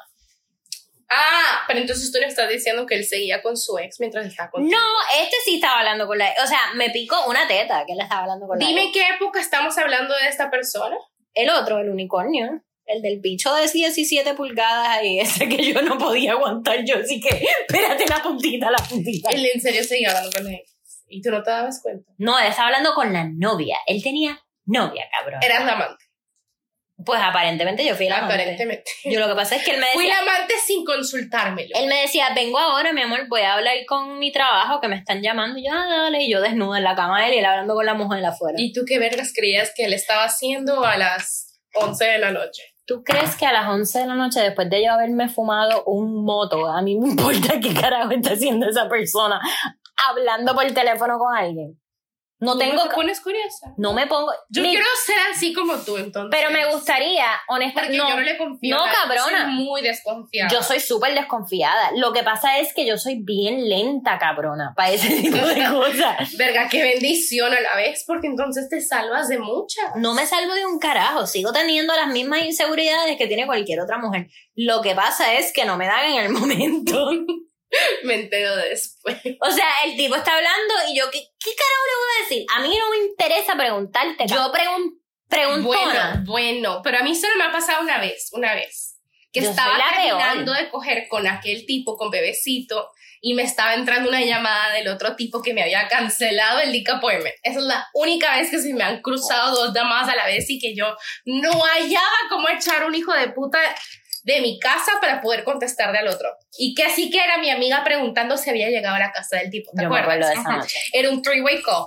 Speaker 2: Ah, pero entonces tú le estás diciendo que él seguía con su ex mientras estaba con
Speaker 1: No, este sí estaba hablando con la. O sea, me picó una teta que él estaba hablando con la.
Speaker 2: Dime en qué época estamos hablando de esta persona.
Speaker 1: El otro, el unicornio. El del bicho de 17 pulgadas ahí, ese que yo no podía aguantar yo, así que espérate la puntita, la puntita.
Speaker 2: Él en serio seguía hablando con la ex. Y tú no te dabas cuenta.
Speaker 1: No, él estaba hablando con la novia. Él tenía novia, cabrón.
Speaker 2: Eras la amante,
Speaker 1: Pues aparentemente yo fui la amante.
Speaker 2: aparentemente.
Speaker 1: Yo lo que pasa es que él me
Speaker 2: Fui
Speaker 1: decía,
Speaker 2: la amante sin consultármelo.
Speaker 1: él me decía, vengo ahora, mi amor, voy a hablar con mi trabajo, que me están llamando. Y yo, "Ah, dale, y yo desnuda en la cama de él y él hablando con la mujer afuera.
Speaker 2: ¿Y tú qué vergas creías que él estaba haciendo a las 11 de la noche?
Speaker 1: ¿Tú crees que a las 11 de la noche, después de yo haberme fumado un moto, a mí me <laughs> importa qué carajo está haciendo esa persona hablando por teléfono con alguien? No tengo.
Speaker 2: ¿Te pones curiosa?
Speaker 1: No me pongo.
Speaker 2: Yo
Speaker 1: mi-
Speaker 2: quiero ser así como tú, entonces.
Speaker 1: pero me gustaría, honestamente.
Speaker 2: Porque
Speaker 1: No,
Speaker 2: yo no le confío.
Speaker 1: No,
Speaker 2: a nadie,
Speaker 1: cabrona.
Speaker 2: Soy muy desconfiada.
Speaker 1: yo soy súper desconfiada. Lo que pasa es que yo soy bien lenta, cabrona, para ese <laughs> tipo de cosas.
Speaker 2: Verga, qué bendición a la vez, porque entonces te salvas de muchas. <laughs>
Speaker 1: No me salvo de un carajo. Sigo teniendo las mismas inseguridades que tiene cualquier otra mujer. Lo que pasa es que no me dan en el momento.
Speaker 2: Me entero después.
Speaker 1: O sea, el tipo está hablando y yo, ¿qué, qué carajo le voy a decir? A mí no me interesa preguntarte. Yo pregun
Speaker 2: Bueno,
Speaker 1: preguntona.
Speaker 2: bueno, pero a mí solo me ha pasado una vez, una vez, que
Speaker 1: Yo
Speaker 2: estaba
Speaker 1: soy la peor.
Speaker 2: terminando de coger con aquel tipo, con bebecito, y me estaba entrando una llamada del otro tipo que me había cancelado el dick appointment. Esa es la única vez que se me han cruzado dos damas a la vez y que yo no hallaba cómo echar un hijo de puta de mi casa para poder contestarle al otro. Y que así que era mi amiga preguntando si había llegado a la casa del tipo, ¿te
Speaker 1: Yo me
Speaker 2: acuerdas?
Speaker 1: acuerdo de esa
Speaker 2: Ajá.
Speaker 1: noche.
Speaker 2: Era un three-way call.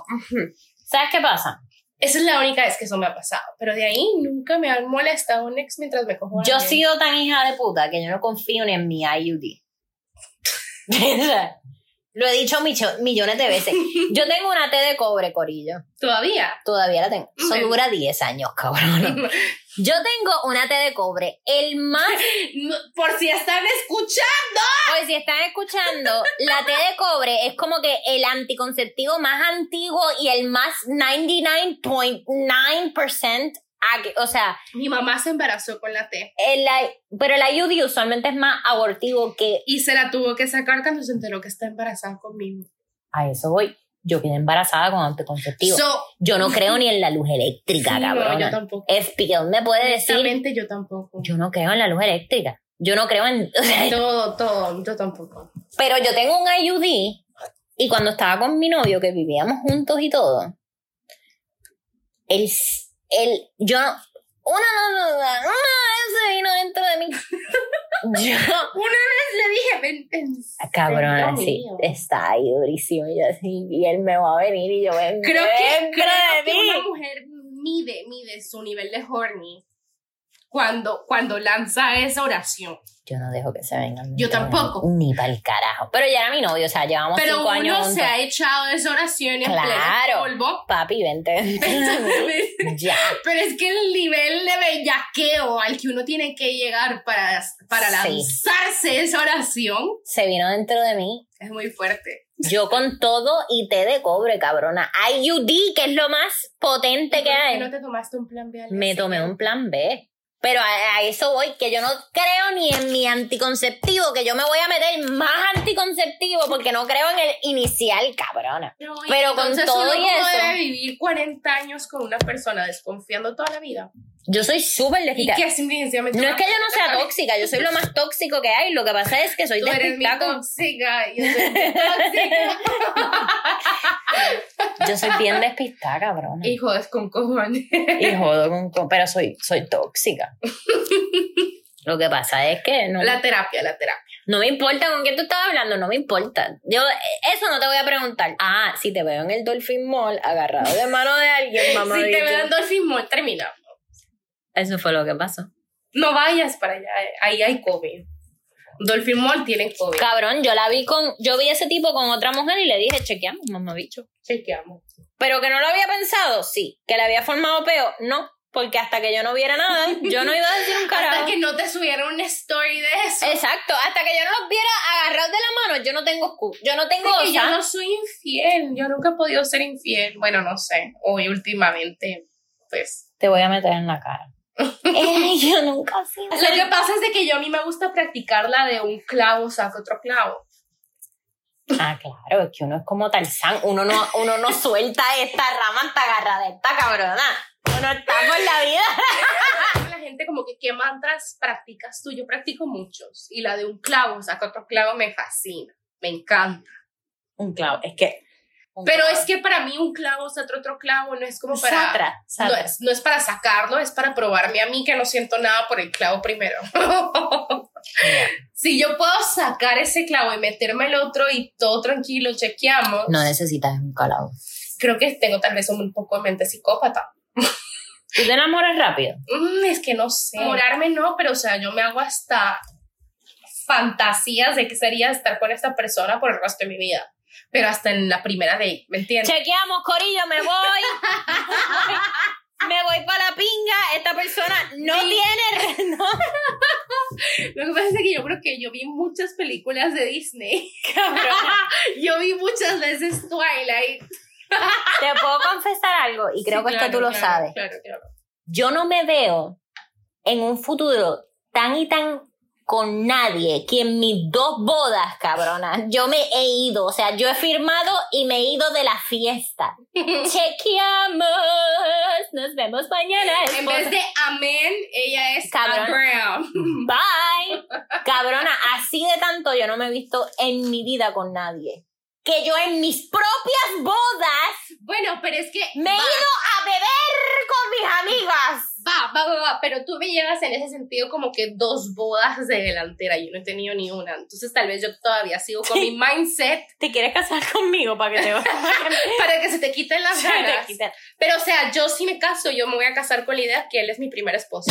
Speaker 1: ¿Sabes qué pasa?
Speaker 2: Esa es la única vez que eso me ha pasado. Pero de ahí nunca me han molestado un ex mientras me cojo a
Speaker 1: Yo he
Speaker 2: alguien.
Speaker 1: sido
Speaker 2: <laughs>
Speaker 1: tan hija de puta que yo no confío ni en mi IUD. O sea, Lo he dicho micho- millones de
Speaker 2: <laughs>
Speaker 1: veces. Yo tengo una T de cobre, Corillo.
Speaker 2: Todavía.
Speaker 1: Todavía la tengo. Eso
Speaker 2: Ok.
Speaker 1: dura 10 años,
Speaker 2: <laughs>
Speaker 1: cabrón. Yo tengo una T de cobre. El más
Speaker 2: No, por si están escuchando.
Speaker 1: Pues si están escuchando, la T de cobre es como que el anticonceptivo más antiguo y el más 99.9% ac- o sea,
Speaker 2: Mi mamá se embarazó con la T
Speaker 1: el, I- pero el IUD usualmente es más abortivo que
Speaker 2: y se la tuvo que sacar cuando se enteró que está embarazada conmigo.
Speaker 1: a eso voy. Yo quedé embarazada con anticonceptivo.
Speaker 2: So,
Speaker 1: yo no creo ni en la luz eléctrica,
Speaker 2: sí, no, yo
Speaker 1: cabrona.
Speaker 2: tampoco.
Speaker 1: FPL me puede decir,
Speaker 2: Honestamente, yo tampoco.
Speaker 1: yo no creo en la luz eléctrica. Yo no creo en <laughs>
Speaker 2: Todo, todo, yo tampoco.
Speaker 1: Pero yo tengo un IUD y cuando estaba con mi novio, que vivíamos juntos y todo, él, s- él, yo, no- una no, no, una vez se vino dentro de
Speaker 2: <laughs>
Speaker 1: mí. Yo,
Speaker 2: Una vez le dije, ven, ven.
Speaker 1: Ah, cabrón,
Speaker 2: Dios
Speaker 1: así,
Speaker 2: mío.
Speaker 1: está ahí durísimo y yo así, y él me va a venir y yo ven
Speaker 2: Creo que,
Speaker 1: dentro
Speaker 2: creo
Speaker 1: de
Speaker 2: que
Speaker 1: mí.
Speaker 2: una mujer mide, mide su nivel de horny cuando, cuando lanza esa oración.
Speaker 1: Yo no dejo que se vengan. dentro de
Speaker 2: Yo
Speaker 1: mí,
Speaker 2: tampoco.
Speaker 1: Ni para el carajo. Pero ya era mi novio, o sea, llevamos
Speaker 2: Pero
Speaker 1: Ah, cinco años
Speaker 2: uno se
Speaker 1: juntos.
Speaker 2: ha echado esa oración en
Speaker 1: Claro.
Speaker 2: pleno polvo. <laughs>
Speaker 1: Papi, vente. <laughs> ya.
Speaker 2: Pero es que el nivel de bellaqueo al que uno tiene que llegar para, para
Speaker 1: Sí.
Speaker 2: lanzarse esa oración
Speaker 1: Se vino dentro de mí
Speaker 2: es muy fuerte.
Speaker 1: Yo con todo y té de cobre, cabrona. IUD, que es lo más potente que
Speaker 2: ¿Por qué
Speaker 1: hay.
Speaker 2: no te tomaste un plan B? al
Speaker 1: Me
Speaker 2: día
Speaker 1: tomé
Speaker 2: siguiente?
Speaker 1: un plan B. Pero a, a eso voy, que yo no creo ni en mi anticonceptivo, que yo me voy a meter más anticonceptivo porque no creo en el inicial, cabrona.
Speaker 2: Pero,
Speaker 1: Pero con
Speaker 2: entonces
Speaker 1: todo
Speaker 2: uno
Speaker 1: y
Speaker 2: cómo
Speaker 1: eso-
Speaker 2: debe vivir 40 años con una persona desconfiando toda la vida.
Speaker 1: Yo soy súper
Speaker 2: Y
Speaker 1: desquita.
Speaker 2: que simplemente
Speaker 1: No es que yo no sea tóxica, yo soy lo más tóxico que hay. Lo que pasa es que soy
Speaker 2: Tú eres mi
Speaker 1: despistada. con-
Speaker 2: tóxica. Yo soy tu
Speaker 1: <laughs>
Speaker 2: tóxica.
Speaker 1: Yo soy bien despistada, cabrona.
Speaker 2: Y jodes con cojones.
Speaker 1: Y jodo con- con- Pero soy, soy
Speaker 2: <laughs>
Speaker 1: tóxica. Lo que pasa es que no.
Speaker 2: La terapia, la terapia.
Speaker 1: No me importa con quién tú estabas hablando, no me importa. Yo, eh, eso no te voy a preguntar. Ah, si te veo en el Dolphin Mall agarrado de mano de
Speaker 2: <laughs>
Speaker 1: alguien, mamá.
Speaker 2: si te
Speaker 1: bicho.
Speaker 2: dan Dolphin Mall, termina.
Speaker 1: Eso fue lo que pasó.
Speaker 2: No vayas para allá. eh. Ahí hay COVID. Dolphin Mall tiene COVID.
Speaker 1: Cabrón, yo la vi con, yo vi a ese tipo con otra mujer y le dije, chequeamos, mamá bicho.
Speaker 2: Chequeamos.
Speaker 1: Pero que no lo había pensado, sí. Que le había formado peo, no. Porque hasta que yo no viera
Speaker 2: <laughs>
Speaker 1: nada, yo no iba a decir un
Speaker 2: Hasta
Speaker 1: carajo.
Speaker 2: que no te subieron una story de eso.
Speaker 1: Exacto, hasta que yo no los viera agarrados de la mano, yo no tengo cu- yo no tengo
Speaker 2: Porque yo
Speaker 1: osa.
Speaker 2: no soy infiel. Yo nunca he podido ser infiel. Bueno, no sé. Hoy últimamente, pues.
Speaker 1: Te voy a meter en la
Speaker 2: <laughs>
Speaker 1: cara. <laughs> Ay, yo nunca he sido.
Speaker 2: Lo que pasa es de que yo a mí me gusta practicar la de un clavo saca otro clavo.
Speaker 1: Ah, claro, es que uno es como Tarzán, uno no, uno no suelta esta rama hasta agarrada esta cabrona. Uno está por la vida.
Speaker 2: La gente como que, ¿qué mantras practicas tú? Yo practico muchos. Y la de un clavo saca otro clavo me fascina. Me encanta.
Speaker 1: Un clavo, es que.
Speaker 2: Pero es que para mí un clavo saca otro clavo no es como para...
Speaker 1: Satra,
Speaker 2: No
Speaker 1: satra.
Speaker 2: es, no es para sacarlo, es para probarme a mí que no siento nada por el clavo primero. <laughs> si yo puedo sacar ese clavo y meterme el otro y todo tranquilo, chequeamos,
Speaker 1: No necesitas un clavo.
Speaker 2: creo que tengo tal vez un poco de mente psicópata.
Speaker 1: ¿Tú te enamoras
Speaker 2: <laughs>
Speaker 1: rápido?
Speaker 2: Mm, es que no sé. Enamorarme no, pero o sea, yo me hago hasta fantasías de que sería estar con esta persona por el resto de mi vida. Pero hasta en la primera date, ¿me entiendes?
Speaker 1: Chequeamos, Corillo, me
Speaker 2: <laughs>
Speaker 1: voy. Me voy para la pinga. Esta persona no tiene. re- <laughs> No.
Speaker 2: Lo que pasa es que yo creo que yo vi muchas películas de Disney. <laughs>
Speaker 1: <laughs>
Speaker 2: yo vi muchas veces Twilight.
Speaker 1: Te puedo confesar algo, y creo
Speaker 2: Sí,
Speaker 1: que esto
Speaker 2: claro,
Speaker 1: tú lo
Speaker 2: claro,
Speaker 1: sabes.
Speaker 2: Claro, claro.
Speaker 1: yo no me veo en un futuro tan y tan con nadie que en mis dos bodas, cabrona, yo me he ido, o sea, yo he firmado y me he ido de la
Speaker 2: <laughs>
Speaker 1: fiesta. Chequeamos, nos vemos mañana.
Speaker 2: En vez de amén, ella es
Speaker 1: Cabrón. <laughs>
Speaker 2: Abraham.
Speaker 1: Bye. Cabrona, así de tanto yo no me he visto en mi vida con nadie. Que yo en mis propias bodas
Speaker 2: Bueno, pero es que
Speaker 1: me he ido a beber con mis amigas.
Speaker 2: va, va, va, va, pero tú me llevas en ese sentido como que dos bodas de delantera, yo no he tenido ni una, entonces tal vez yo todavía sigo con mi mindset
Speaker 1: ¿Te quieres casar conmigo para que te <laughs>
Speaker 2: para que <laughs> se te quiten las
Speaker 1: Se te
Speaker 2: ganas.
Speaker 1: quita.
Speaker 2: Pero o sea, yo si me caso, yo me voy a casar con la idea <laughs> que él es mi primer esposo.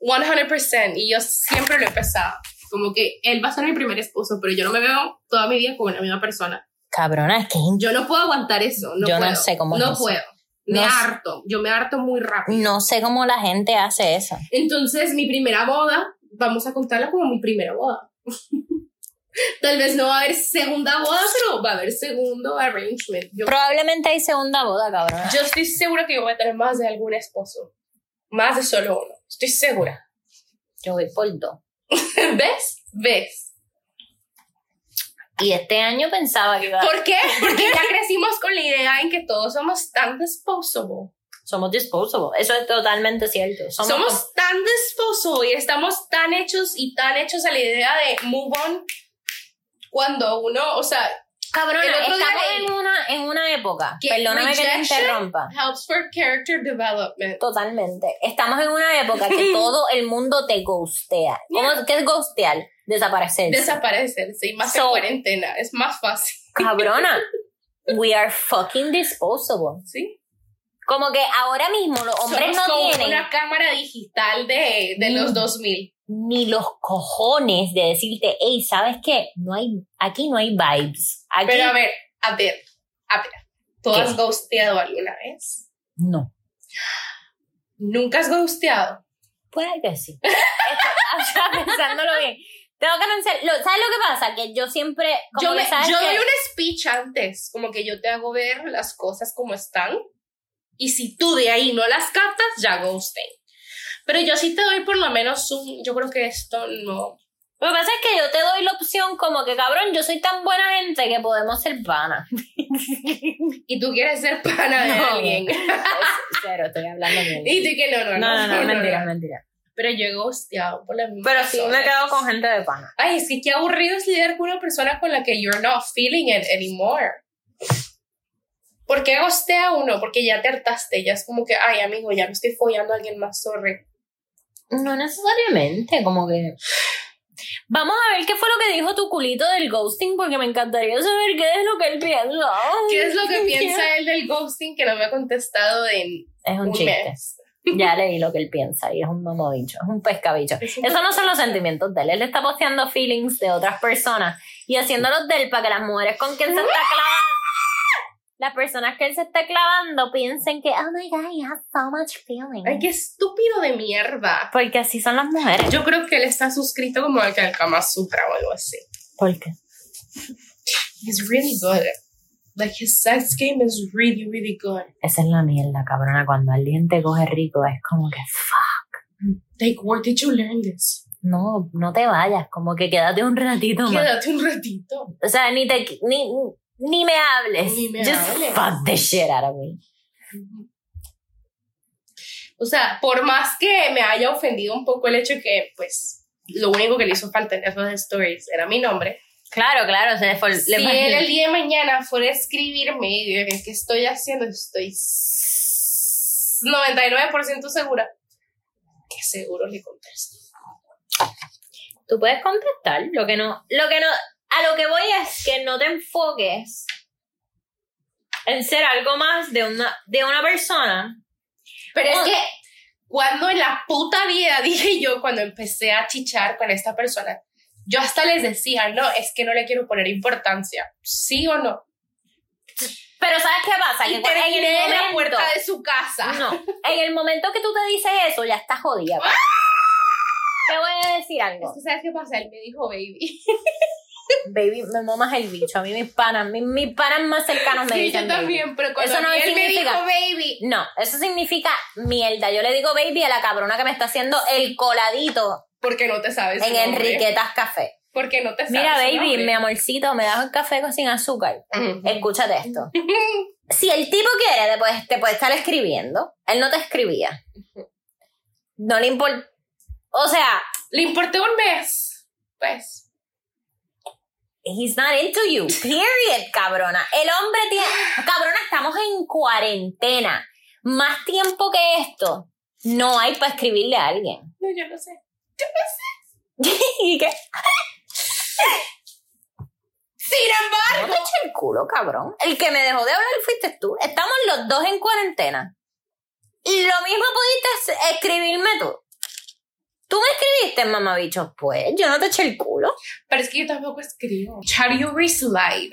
Speaker 2: 100%, y yo siempre lo he pensado. Como que él va a ser mi primer esposo, pero yo no me veo toda mi vida con una misma persona.
Speaker 1: Cabrona, es que es in-
Speaker 2: Yo no puedo aguantar eso. No
Speaker 1: Yo no
Speaker 2: puedo.
Speaker 1: sé cómo es
Speaker 2: No
Speaker 1: eso.
Speaker 2: puedo. Me
Speaker 1: No sé.
Speaker 2: harto. Yo me harto muy rápido.
Speaker 1: no sé cómo la gente hace eso.
Speaker 2: Entonces, mi primera boda, vamos a contarla como mi primera boda. <laughs> Tal vez no va a haber segunda boda, pero va a haber segundo arrangement. Yo,
Speaker 1: Probablemente hay segunda boda, cabrona.
Speaker 2: yo estoy segura que yo voy a tener más de algún esposo. Más de solo uno. Estoy segura. <laughs>
Speaker 1: Yo voy por dos.
Speaker 2: ¿Ves? ¿Ves?
Speaker 1: Y este año pensaba que iba a...
Speaker 2: ¿Por qué? Porque ya crecimos con la idea en que todos somos tan disposable.
Speaker 1: Somos disposable. Eso es totalmente cierto. Somos,
Speaker 2: Somos tan disposable y estamos tan hechos y tan hechos a la idea de move on cuando uno, o sea,
Speaker 1: Cabrona,
Speaker 2: el otro día
Speaker 1: estamos
Speaker 2: leí-
Speaker 1: en una, en una época.
Speaker 2: que
Speaker 1: Perdóname que te
Speaker 2: rejection
Speaker 1: interrumpa.
Speaker 2: helps for character development.
Speaker 1: Totalmente. Estamos en una época
Speaker 2: <laughs>
Speaker 1: que todo el mundo te ghostea. ¿Cómo, ¿Qué es ghostear? Desaparecer.
Speaker 2: Desaparecerse y más en
Speaker 1: So-
Speaker 2: cuarentena, es más fácil, <laughs>
Speaker 1: Cabrona. We are fucking disposable.
Speaker 2: ¿sí?
Speaker 1: Como que ahora mismo los hombres
Speaker 2: Somos
Speaker 1: no Mm.
Speaker 2: como
Speaker 1: tienen
Speaker 2: una cámara digital de, de los 2000.
Speaker 1: ni los cojones de decirte, hey, ¿sabes qué? No hay, aquí no hay vibes. Aquí
Speaker 2: Pero a ver, a ver, a ver, ¿tú
Speaker 1: ¿Qué?
Speaker 2: has ghosteado alguna vez?
Speaker 1: no.
Speaker 2: ¿Nunca has gusteado?
Speaker 1: Puede Pues que sí. Esto- <laughs> o sea, pensándolo bien. Tengo que pensar, lo- ¿sabes lo que pasa? Que yo siempre, como
Speaker 2: Yo,
Speaker 1: que
Speaker 2: me-
Speaker 1: sabes
Speaker 2: yo
Speaker 1: que-
Speaker 2: doy un speech antes, como que yo te hago ver las cosas como están. Y si tú de ahí no las captas, ya ghosté. Pero yo sí te doy por lo menos un. Yo creo que esto no.
Speaker 1: Lo que pasa es que yo te doy la opción como que, cabrón, yo soy tan buena gente que podemos ser
Speaker 2: <laughs>
Speaker 1: pana.
Speaker 2: Y tú quieres ser pana de
Speaker 1: No.
Speaker 2: alguien.
Speaker 1: Cero, estoy hablando
Speaker 2: y tú que no, no, no.
Speaker 1: mentira.
Speaker 2: Pero yo he ghosteado por la misma
Speaker 1: Pero sí me
Speaker 2: persona.
Speaker 1: he quedado con gente de pana.
Speaker 2: Ay, es que qué aburrido es lidiar con una persona con la que you're not feeling it anymore. ¿Por qué gostea uno? Porque ya te hartaste, ya es como que, ay, amigo, ya me estoy follando a alguien más, sorry.
Speaker 1: No necesariamente, como que... Vamos a ver qué fue lo que dijo tu culito del ghosting, porque me encantaría saber qué es lo que él piensa.
Speaker 2: ¿Qué
Speaker 1: <laughs>
Speaker 2: es lo que piensa él del ghosting que no me ha contestado en
Speaker 1: Es un
Speaker 2: un
Speaker 1: chiste.
Speaker 2: mes?
Speaker 1: Ya leí lo que él piensa y es un mamodicho, es un
Speaker 2: <laughs>
Speaker 1: pescabicho.
Speaker 2: Es un
Speaker 1: Esos no son los sentimientos de él. Él está posteando feelings de otras personas y haciéndolos de él para que las mujeres con quien se
Speaker 2: <laughs>
Speaker 1: está clavando, las personas que él se está clavando piensen que, oh my god, you have so much feeling.
Speaker 2: Ay, qué estúpido de mierda.
Speaker 1: Porque así son las mujeres.
Speaker 2: Yo creo que él está suscrito como al al Kama Sutra o algo así.
Speaker 1: ¿Por qué?
Speaker 2: He's really good. Like, his sex game is really, really good.
Speaker 1: Esa es la mierda, cabrona. Cuando alguien te coge rico, es como que, fuck,
Speaker 2: Like, where did you learn this?
Speaker 1: no, no te vayas. Como que quédate un ratito más.
Speaker 2: Quédate un ratito.
Speaker 1: O sea, ni te, ni, ni me hables.
Speaker 2: Ni me
Speaker 1: Just
Speaker 2: hables.
Speaker 1: fuck the shit out of me.
Speaker 2: O sea, por más que me haya ofendido un poco el hecho que, pues, lo único que le hizo falta en esos stories era mi nombre.
Speaker 1: Claro, claro, se le, fol-
Speaker 2: Si
Speaker 1: le
Speaker 2: él el día de mañana fuera a escribirme y diga que qué estoy haciendo, estoy s- 99% segura que seguro le contesto.
Speaker 1: Tú puedes contestar. Lo que no, lo que no, a lo que voy es que no te enfoques en ser algo más de una, de una persona.
Speaker 2: Pero
Speaker 1: Oh.
Speaker 2: es que cuando en la puta vida <laughs> dije yo, cuando empecé a chichar con esta persona, yo hasta les decía, no, es que no le quiero poner importancia, sí o no.
Speaker 1: Pero ¿sabes qué pasa?
Speaker 2: Y
Speaker 1: cu-
Speaker 2: terminé en la puerta de su casa.
Speaker 1: No, en el momento que tú te dices eso, ya estás jodida.
Speaker 2: <laughs>
Speaker 1: güey. Te voy a decir
Speaker 2: Es
Speaker 1: algo.
Speaker 2: que sabes qué pasa, él me dijo baby.
Speaker 1: Baby, me mamas el bicho. A mí mis panas, mis, mis panas más cercanos me
Speaker 2: <laughs> Sí,
Speaker 1: dicen
Speaker 2: yo
Speaker 1: baby.
Speaker 2: también, pero cuando
Speaker 1: Eso no
Speaker 2: a mí él me dijo
Speaker 1: significa-
Speaker 2: baby.
Speaker 1: No, eso significa mierda. Yo le digo baby a la cabrona que me está haciendo el coladito
Speaker 2: Porque no te sabes. su
Speaker 1: en
Speaker 2: nombre?
Speaker 1: Enriquetas Café.
Speaker 2: Porque no te sabes.
Speaker 1: Mira,
Speaker 2: su
Speaker 1: baby,
Speaker 2: nombre?
Speaker 1: mi amorcito, me das un café con- sin azúcar.
Speaker 2: Ujú.
Speaker 1: Escúchate
Speaker 2: <laughs>
Speaker 1: esto. Si el tipo quiere, te puede, te puede estar escribiendo. Él no te escribía. No le importa. O sea,
Speaker 2: Le importé un mes. Pues.
Speaker 1: he's not into you. Period, cabrona. El hombre tiene. Cabrona, estamos en cuarentena. Más tiempo que esto. No hay para escribirle a alguien. <laughs>
Speaker 2: No, yo no sé. Yo no sé.
Speaker 1: ¿Y qué?
Speaker 2: Sin
Speaker 1: No te
Speaker 2: embargo.
Speaker 1: eche el culo, cabrón. El que me dejó de hablar fuiste tú. Estamos los dos en cuarentena. Y lo mismo pudiste hacer- escribirme tú. Tú Tú me escribiste, mamabicho. Pues yo no te eché el culo.
Speaker 2: Pero es que yo tampoco escribo. How do you reslide?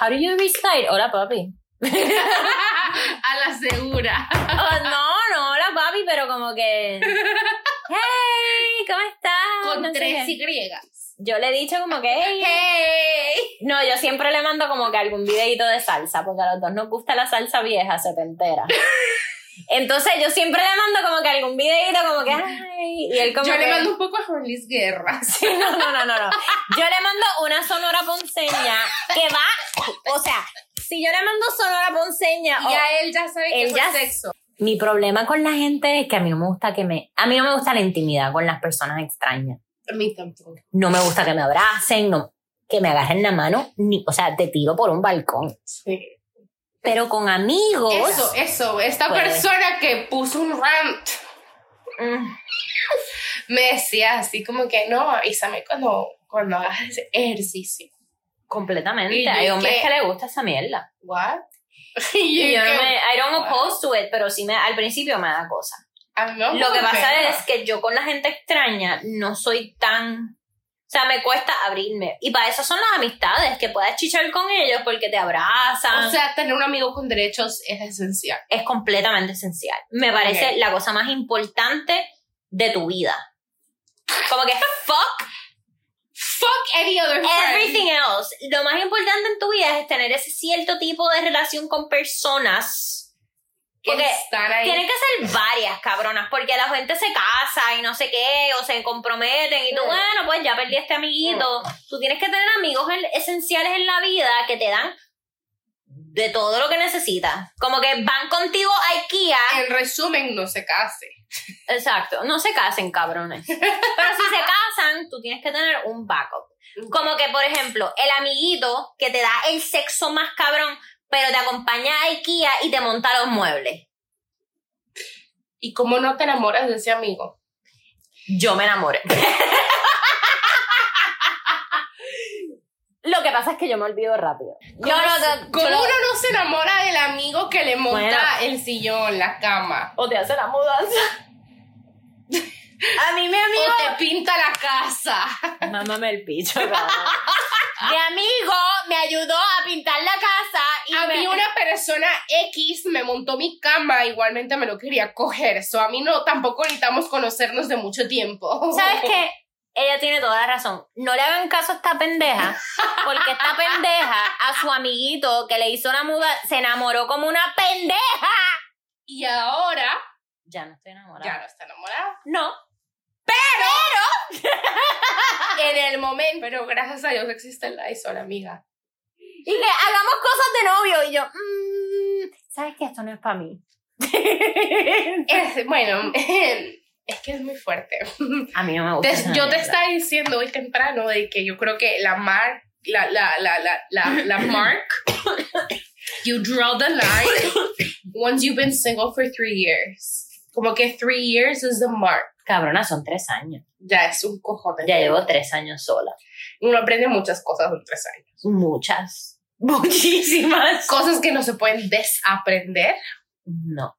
Speaker 1: How do you reside? Hola, papi.
Speaker 2: <laughs> a la segura.
Speaker 1: Oh, no, no, hola, papi, pero como que. Hey, ¿cómo estás?
Speaker 2: Con
Speaker 1: No sé
Speaker 2: tres
Speaker 1: qué.
Speaker 2: Y. griegas.
Speaker 1: Yo le he dicho como que. Hey.
Speaker 2: Hey.
Speaker 1: No, yo siempre le mando como que algún videito de salsa, porque a los dos nos gusta la salsa vieja,
Speaker 2: <laughs>
Speaker 1: setentera. Entonces yo siempre le mando como que algún videito, como que, ay, y él como
Speaker 2: Yo
Speaker 1: que-
Speaker 2: le mando un poco a Jorlis Guerras.
Speaker 1: <laughs> Sí, no, no, no, no, no. Yo le mando una sonora ponceña que va, o sea, si yo le mando sonora ponceña,
Speaker 2: Y
Speaker 1: o-
Speaker 2: a él ya sabe que
Speaker 1: Oh. Él
Speaker 2: fue
Speaker 1: ya-
Speaker 2: sexo.
Speaker 1: mi problema con la gente es que a mí no me gusta que me, a mí no me gusta la intimidad con las personas extrañas.
Speaker 2: A mí tampoco.
Speaker 1: No me gusta que me abracen, no, que me agarren la mano, ni, o sea, te tiro por un balcón.
Speaker 2: Sí.
Speaker 1: Pero con amigos.
Speaker 2: Eso, eso. Esta
Speaker 1: Puede.
Speaker 2: persona que puso un rant eh,
Speaker 1: Mm.
Speaker 2: me decía así como que no, avísame cuando, cuando hagas ese ejercicio.
Speaker 1: Completamente.
Speaker 2: Y yo
Speaker 1: Hay hombres
Speaker 2: que-
Speaker 1: que le gusta esa mierda.
Speaker 2: ¿What? <laughs> Y
Speaker 1: Y yo no
Speaker 2: que-
Speaker 1: me, I don't
Speaker 2: Wow.
Speaker 1: oppose to it, pero sí me, al principio me da cosa.
Speaker 2: a mí "Ah, no me
Speaker 1: Lo que pasa
Speaker 2: ofenda.
Speaker 1: es que yo con la gente extraña no soy tan. O sea, me cuesta abrirme. Y para eso son las amistades, que puedas chichar con ellos porque te abrazan.
Speaker 2: O sea, tener un amigo con derechos es esencial.
Speaker 1: es completamente esencial. Me parece
Speaker 2: Ok.
Speaker 1: la cosa más importante de tu vida. Como que fuck
Speaker 2: Fuck any other friend.
Speaker 1: everything else. Lo más importante en tu vida es tener ese cierto tipo de relación con personas.
Speaker 2: Que
Speaker 1: Porque
Speaker 2: están ahí.
Speaker 1: Tienen que ser varias, cabronas, porque la gente se casa y no sé qué, o se comprometen y tú,
Speaker 2: Mm.
Speaker 1: bueno, pues ya perdí a este amiguito. Tú tienes que tener amigos en- esenciales en la vida que te dan de todo lo que necesitas. Como que van contigo a IKEA.
Speaker 2: En resumen, no se case.
Speaker 1: Exacto, no se casen, cabrones. Pero si se casan, tú tienes que tener un backup. Como que, por ejemplo, el amiguito que te da el sexo más cabrón, pero te acompaña a IKEA y te monta los muebles.
Speaker 2: ¿Y cómo no te enamoras de ese amigo?
Speaker 1: yo me enamoré. Lo que pasa es que yo me olvido rápido. Yo no,
Speaker 2: ¿Cómo uno no se enamora del amigo que le monta
Speaker 1: Bueno.
Speaker 2: el sillón, la cama?
Speaker 1: O te hace la mudanza. A mí mi amigo.
Speaker 2: O te pinta la casa.
Speaker 1: Mámame el picho, cabrón. Mi amigo me ayudó a pintar la casa y
Speaker 2: A
Speaker 1: me-
Speaker 2: mí una persona X me montó mi cama, igualmente me lo quería coger. So, a mí no, tampoco necesitamos conocernos de mucho tiempo.
Speaker 1: <laughs> ¿Sabes qué? Ella tiene toda la razón. No le hagan caso a esta pendeja, porque esta pendeja a su amiguito que le hizo la muda se enamoró como una pendeja.
Speaker 2: <laughs> Y ahora
Speaker 1: Ya no estoy enamorada.
Speaker 2: ya no está enamorada.
Speaker 1: No. Ah.
Speaker 2: En el momento, pero gracias a Dios existe la sola amiga.
Speaker 1: Y que hagamos cosas de novio. Y yo, mm, ¿sabes qué? Esto no es para mí. <laughs>
Speaker 2: Es, bueno, <laughs> es que es muy fuerte.
Speaker 1: A mí no me
Speaker 2: Te-
Speaker 1: esa
Speaker 2: yo
Speaker 1: mierda.
Speaker 2: te estaba diciendo hoy temprano de que yo creo que la mark, la, la, la, la, la, la mark, you draw the line once you've been single for three years. Como que three years is the mark.
Speaker 1: Cabrona, son tres años.
Speaker 2: Ya es un cojón.
Speaker 1: Ya llevo tres años sola.
Speaker 2: Uno aprende muchas cosas en tres años.
Speaker 1: Muchas. <laughs> Muchísimas.
Speaker 2: Cosas que no se pueden
Speaker 1: <laughs>
Speaker 2: desaprender.
Speaker 1: No.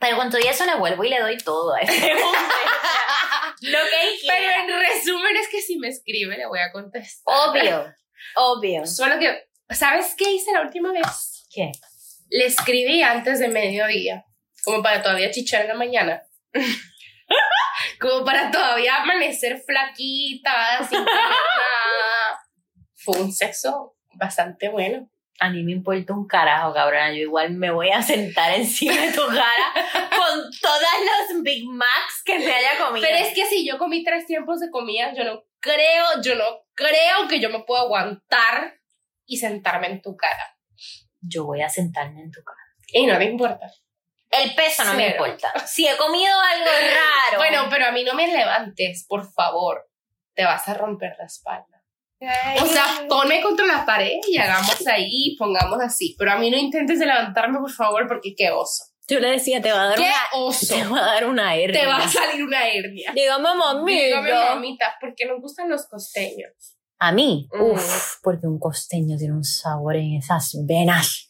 Speaker 1: Pero cuando todo eso le vuelvo y le doy todo a este hombre. <laughs> Lo que él
Speaker 2: Pero
Speaker 1: quiera.
Speaker 2: en resumen es que si me escribe le voy a contestar.
Speaker 1: <laughs> Obvio. Obvio.
Speaker 2: Solo que, ¿sabes qué hice la última vez?
Speaker 1: ¿Qué?
Speaker 2: Le escribí antes de mediodía, como para todavía chichar en la mañana. como para todavía amanecer flaquita, sin pierna. Fue un sexo bastante bueno.
Speaker 1: A mí me importa un carajo, cabrona. Yo igual me voy a sentar <laughs> encima de tu cara con todas los Big Macs que me haya comido.
Speaker 2: Pero es que si yo comí tres tiempos de comida, yo no creo, yo no creo que yo me pueda aguantar y sentarme en tu cara.
Speaker 1: yo voy a sentarme en tu cara.
Speaker 2: Y no me importa.
Speaker 1: El peso no me
Speaker 2: Cero.
Speaker 1: importa. Si he comido algo raro.
Speaker 2: Bueno, pero a mí no me levantes, por favor. Te vas a romper la espalda. O sea, ponme contra la pared y hagamos ahí, pongamos así. Pero a mí no intentes de levantarme, por favor, porque qué oso.
Speaker 1: yo le decía, te va a dar
Speaker 2: ¡Qué oso!
Speaker 1: va a dar una hernia.
Speaker 2: Te va a salir una hernia.
Speaker 1: Dígame,
Speaker 2: Dígame, mamita, porque nos gustan los costeños.
Speaker 1: A mí,
Speaker 2: Mm.
Speaker 1: uff, porque un costeño tiene un sabor en esas venas.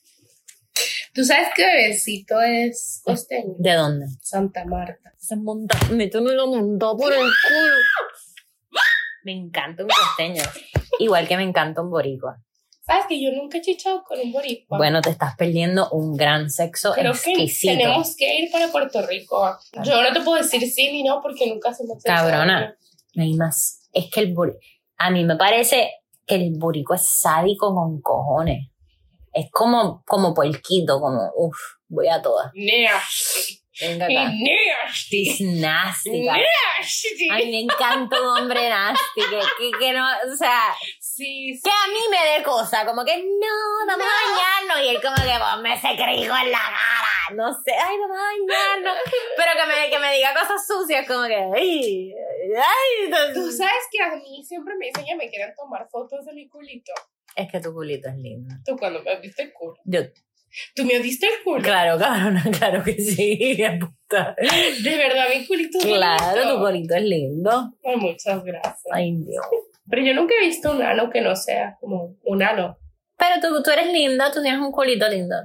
Speaker 2: ¿Tú sabes que bebecito es costeño?
Speaker 1: ¿De dónde?
Speaker 2: Santa Marta.
Speaker 1: Se monta, me me lo montó por el culo. Me encanta un costeño. Igual que me encanta un boricua.
Speaker 2: ¿Sabes que yo nunca he chichado con un boricua?
Speaker 1: Bueno, te estás perdiendo un gran sexo
Speaker 2: Creo
Speaker 1: exquisito.
Speaker 2: que tenemos que ir para Puerto Rico. Yo no te puedo decir sí ni no porque nunca se me ha
Speaker 1: Cabrona. No hay más. Es que el boricua. A mí me parece que el boricua es sádico con cojones. Es como, como puerquito, como, uff, voy a todas.
Speaker 2: Nasty.
Speaker 1: Venga acá.
Speaker 2: Nasty.
Speaker 1: It's nasty, cabrón.
Speaker 2: Nasty.
Speaker 1: Ay, me encanta un hombre nasty. Que, que, que no, o sea,
Speaker 2: Sí, sí.
Speaker 1: que a mí me dé cosa. Como que no, vamos a bañarnos. Y él, como que ponme ese crijo en la cara. No sé, ay, vamos a bañarnos. Pero que me, que me diga cosas sucias, como que, ay, ay.
Speaker 2: Tú
Speaker 1: entonces-
Speaker 2: sabes que a mí siempre me dicen que me quieren tomar fotos de mi culito.
Speaker 1: Es que tu culito es lindo.
Speaker 2: Tú cuando me diste el culo.
Speaker 1: Yo,
Speaker 2: Tú me diste el culo.
Speaker 1: claro, cabrona, claro que sí, <laughs> puta.
Speaker 2: De verdad, mi culito es
Speaker 1: Claro, tu culito
Speaker 2: bonito.
Speaker 1: es lindo.
Speaker 2: Ay, muchas gracias.
Speaker 1: Ay, Dios.
Speaker 2: Pero yo nunca he visto un ano que no sea como un ano.
Speaker 1: Pero tú, tú eres linda, tú tienes un culito lindo.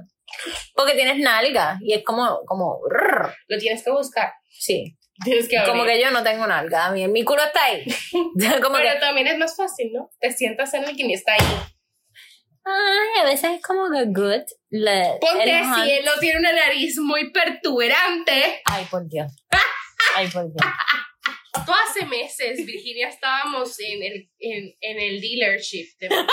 Speaker 1: Porque tienes nalga y es como, como, rrr,
Speaker 2: Lo tienes que buscar.
Speaker 1: sí.
Speaker 2: Tienes que abrir.
Speaker 1: Como que yo no tengo nalga, a mí- mi culo está
Speaker 2: <laughs>
Speaker 1: ahí. como
Speaker 2: Pero
Speaker 1: que,
Speaker 2: también es más fácil, ¿no? Te sientas en el que ni está ahí.
Speaker 1: ay, a veces es como que good. le-
Speaker 2: Ponte
Speaker 1: el
Speaker 2: si
Speaker 1: hand-
Speaker 2: él no tiene una nariz muy protuberante.
Speaker 1: Ay, por
Speaker 2: <laughs>
Speaker 1: Dios. Ay, por Dios.
Speaker 2: Tú hace meses, Virginia, estábamos en el, en, en el dealership de Monterrey.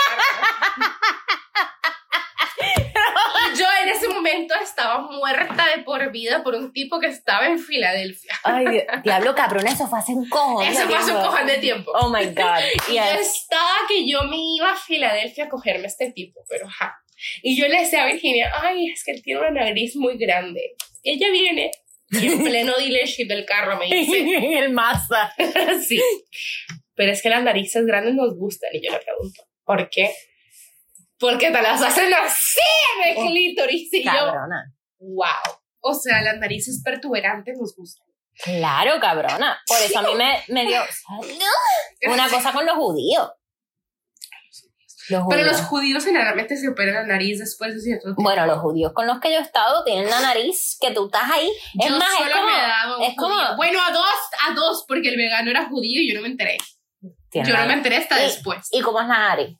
Speaker 2: Y yo en ese momento estaba muerta de por vida por un tipo que estaba en Filadelfia.
Speaker 1: Ay, Dios. diablo, cabrón, eso fue hace un cojón.
Speaker 2: Eso
Speaker 1: de
Speaker 2: fue hace un
Speaker 1: tiempo.
Speaker 2: cojón de tiempo.
Speaker 1: Oh my God.
Speaker 2: <laughs> Y yo
Speaker 1: Yes.
Speaker 2: estaba que yo me iba a Filadelfia a cogerme a este tipo, pero ja. Y yo le decía a Virginia, ay, es que él tiene una nariz muy grande. Y ella viene y en pleno dealership del carro
Speaker 1: <laughs>
Speaker 2: me dice,
Speaker 1: el masa.
Speaker 2: <laughs> sí, pero es que las narices grandes nos gustan. Y yo le pregunto, ¿por qué? Porque te las hacen así en el
Speaker 1: Oh,
Speaker 2: clítoris. Y yo,
Speaker 1: Cabrona.
Speaker 2: wow. O sea, las narices protuberantes nos gustan.
Speaker 1: Claro, cabrona. Por eso a mí me, me
Speaker 2: <laughs>
Speaker 1: dio una cosa con los judíos. Los
Speaker 2: Pero
Speaker 1: judíos.
Speaker 2: los judíos generalmente se operan la nariz después de cierto tiempo.
Speaker 1: Bueno, los judíos con los que yo he estado tienen la nariz que tú estás ahí. Es
Speaker 2: yo
Speaker 1: más,
Speaker 2: solo
Speaker 1: es como.
Speaker 2: me daba un
Speaker 1: es como-
Speaker 2: judío. Bueno, a dos, a dos, porque el vegano era judío y yo no me enteré.
Speaker 1: Tiene
Speaker 2: yo no
Speaker 1: la-
Speaker 2: me enteré hasta
Speaker 1: Sí.
Speaker 2: después.
Speaker 1: ¿Y cómo es la nariz?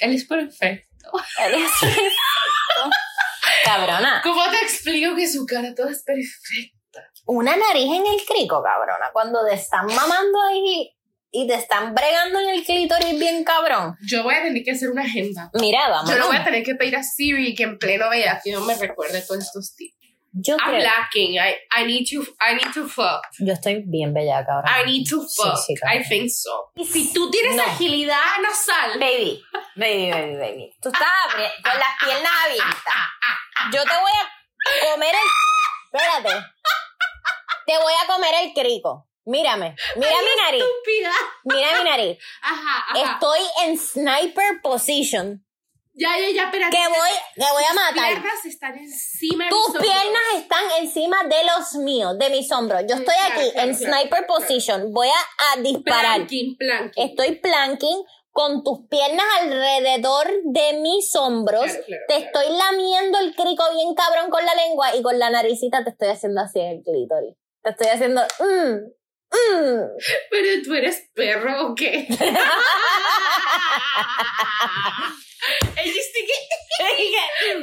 Speaker 2: Él es perfecto. <laughs>
Speaker 1: cabrona.
Speaker 2: ¿Cómo te explico que su cara todo es perfecta?
Speaker 1: Una nariz en el crico, cabrona. Cuando te están mamando ahí y te están bregando en el clítoris bien cabrón.
Speaker 2: Yo voy a tener que hacer una agenda.
Speaker 1: Mira, vamos.
Speaker 2: Yo lo voy a tener que pedir a Siri que en pleno velación me recuerde todos estos tips.
Speaker 1: Yo
Speaker 2: I'm
Speaker 1: creo-
Speaker 2: lacking. I, I need to I need to fuck.
Speaker 1: Yo estoy bien bella, cabrona.
Speaker 2: I need to
Speaker 1: Ah, Sí,
Speaker 2: fuck.
Speaker 1: sí,
Speaker 2: I
Speaker 1: cabrona.
Speaker 2: think so. Y si tú tienes
Speaker 1: No.
Speaker 2: agilidad nasal,
Speaker 1: Baby, baby, baby, baby. Tú estás abri- con las piernas abiertas.
Speaker 2: ah,
Speaker 1: Yo te voy a comer el. Espérate. Te voy a comer el crico. Mírame. Mira mi nariz.
Speaker 2: estúpida.
Speaker 1: Mira mi nariz.
Speaker 2: Ajá, ajá.
Speaker 1: Estoy en sniper position.
Speaker 2: Ya, ya, ya, espérate.
Speaker 1: Que voy, que voy a
Speaker 2: Tus
Speaker 1: matar.
Speaker 2: piernas están encima de mis
Speaker 1: Tus
Speaker 2: hombros.
Speaker 1: piernas están encima de los míos, de mis hombros. Yo estoy
Speaker 2: Claro,
Speaker 1: aquí
Speaker 2: claro,
Speaker 1: en
Speaker 2: claro,
Speaker 1: sniper
Speaker 2: claro.
Speaker 1: position. Voy a, a disparar.
Speaker 2: Planking, planking.
Speaker 1: Estoy planking con tus piernas alrededor de mis hombros.
Speaker 2: Claro, claro,
Speaker 1: te
Speaker 2: claro.
Speaker 1: estoy lamiendo el crico bien cabrón con la lengua y con la naricita te estoy haciendo así en el clítoris. Te estoy haciendo. mm, mm.
Speaker 2: <laughs> Pero tú eres perro o
Speaker 1: <laughs>
Speaker 2: qué? <laughs> Ella está que-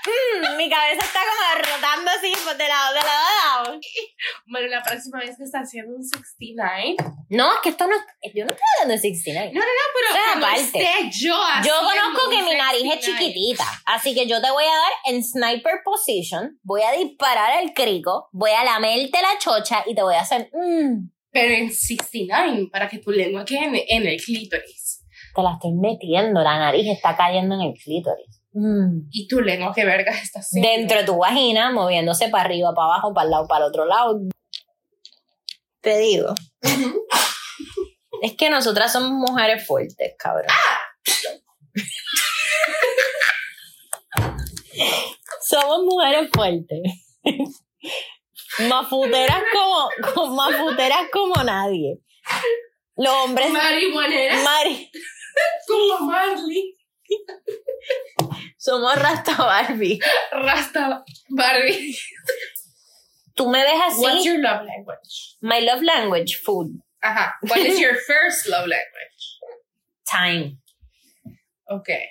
Speaker 1: Mm, <laughs> mi cabeza está como rotando así pues, de lado, de lado, de lado.
Speaker 2: <laughs> Bueno, la próxima vez que está haciendo un 69. No,
Speaker 1: No, es que esto no. Yo no estoy hablando de 69.
Speaker 2: no, no, pero
Speaker 1: Pero
Speaker 2: cuando
Speaker 1: aparte,
Speaker 2: esté yo
Speaker 1: Yo
Speaker 2: haciendo
Speaker 1: conozco
Speaker 2: un
Speaker 1: que mi nariz es
Speaker 2: 69.
Speaker 1: chiquitita, así que yo te voy a dar en sniper position, voy a disparar el crico, voy a lamerte la chocha y te voy a hacer... mm,
Speaker 2: Pero en 69, para que tu lengua quede en, en el clítoris.
Speaker 1: te la estoy metiendo, la nariz está cayendo en el clítoris. Mm.
Speaker 2: Y tu lengua, que verga está haciendo.
Speaker 1: Dentro de tu vagina, moviéndose para arriba, para abajo, para el lado, para el otro lado. Te digo. es que nosotras somos mujeres fuertes, cabrón. somos mujeres fuertes. mafuteras como, con mafuteras como nadie. Los hombres <laughs>
Speaker 2: Marihuanera
Speaker 1: mari-
Speaker 2: como Marley.
Speaker 1: Somos Rasta Barbie.
Speaker 2: Rasta Barbie.
Speaker 1: Tú me ves así.
Speaker 2: What's your love language?
Speaker 1: My love language, food.
Speaker 2: Ajá. What is your first love language?
Speaker 1: Time.
Speaker 2: Okay.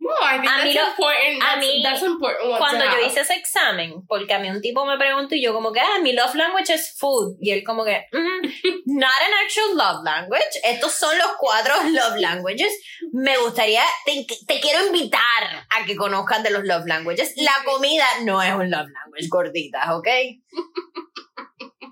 Speaker 2: Well, I think
Speaker 1: A
Speaker 2: that's
Speaker 1: mí lo-
Speaker 2: important.
Speaker 1: a
Speaker 2: That's,
Speaker 1: mí,
Speaker 2: that's important one to
Speaker 1: Cuando yo
Speaker 2: have.
Speaker 1: hice ese examen, porque a mí un tipo me preguntó y yo como que, ah, mi love language es food. Y él como que, "Mm, not an actual love language. Estos son los cuatro love languages. Me gustaría, te, te quiero invitar a que conozcas de los love languages. La comida no es un love language, gorditas, ¿ok?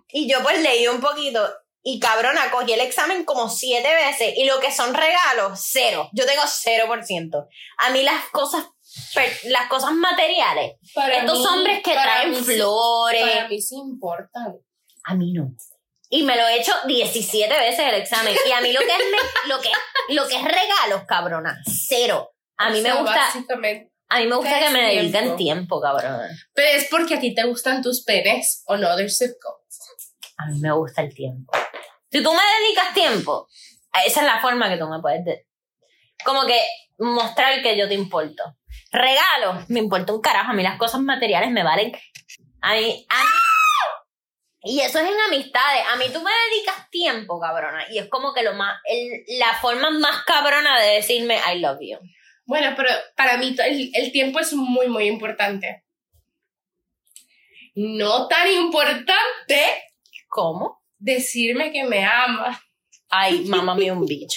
Speaker 1: Y yo pues leí un poquito. Y cabrona, cogí el examen como siete veces y lo que son regalos, cero. Yo tengo cero por ciento. A mí las cosas, per- las cosas materiales
Speaker 2: Para
Speaker 1: estos
Speaker 2: mí-
Speaker 1: hombres que
Speaker 2: para
Speaker 1: traen
Speaker 2: mí sí-
Speaker 1: flores.
Speaker 2: Para mí sí importan.
Speaker 1: A mí no. Y me lo he hecho 17 veces el examen. Y a mí lo que es, re- lo que, lo que es regalos, cabrona, cero. A mí
Speaker 2: O
Speaker 1: me
Speaker 2: sea,
Speaker 1: gusta,
Speaker 2: básicamente.
Speaker 1: a mí me gusta que me
Speaker 2: tiempo.
Speaker 1: dediquen tiempo, cabrona.
Speaker 2: Pero es porque a ti te gustan tus penes o no, there's zip codes.
Speaker 1: A mí me gusta el tiempo. Si tú me dedicas tiempo, esa es la forma que tú me puedes... de- como que mostrar que yo te importo. Regalos, me importa un carajo. A mí las cosas materiales me valen... A mí... A mí y eso es en amistades. A mí tú me dedicas tiempo, cabrona. Y es como que lo más... el- la forma más cabrona de decirme I love you.
Speaker 2: Bueno, pero para mí to- el, el tiempo es muy, muy importante. No tan importante
Speaker 1: ¿Cómo?
Speaker 2: decirme que me ama.
Speaker 1: Ay, mámame un bicho.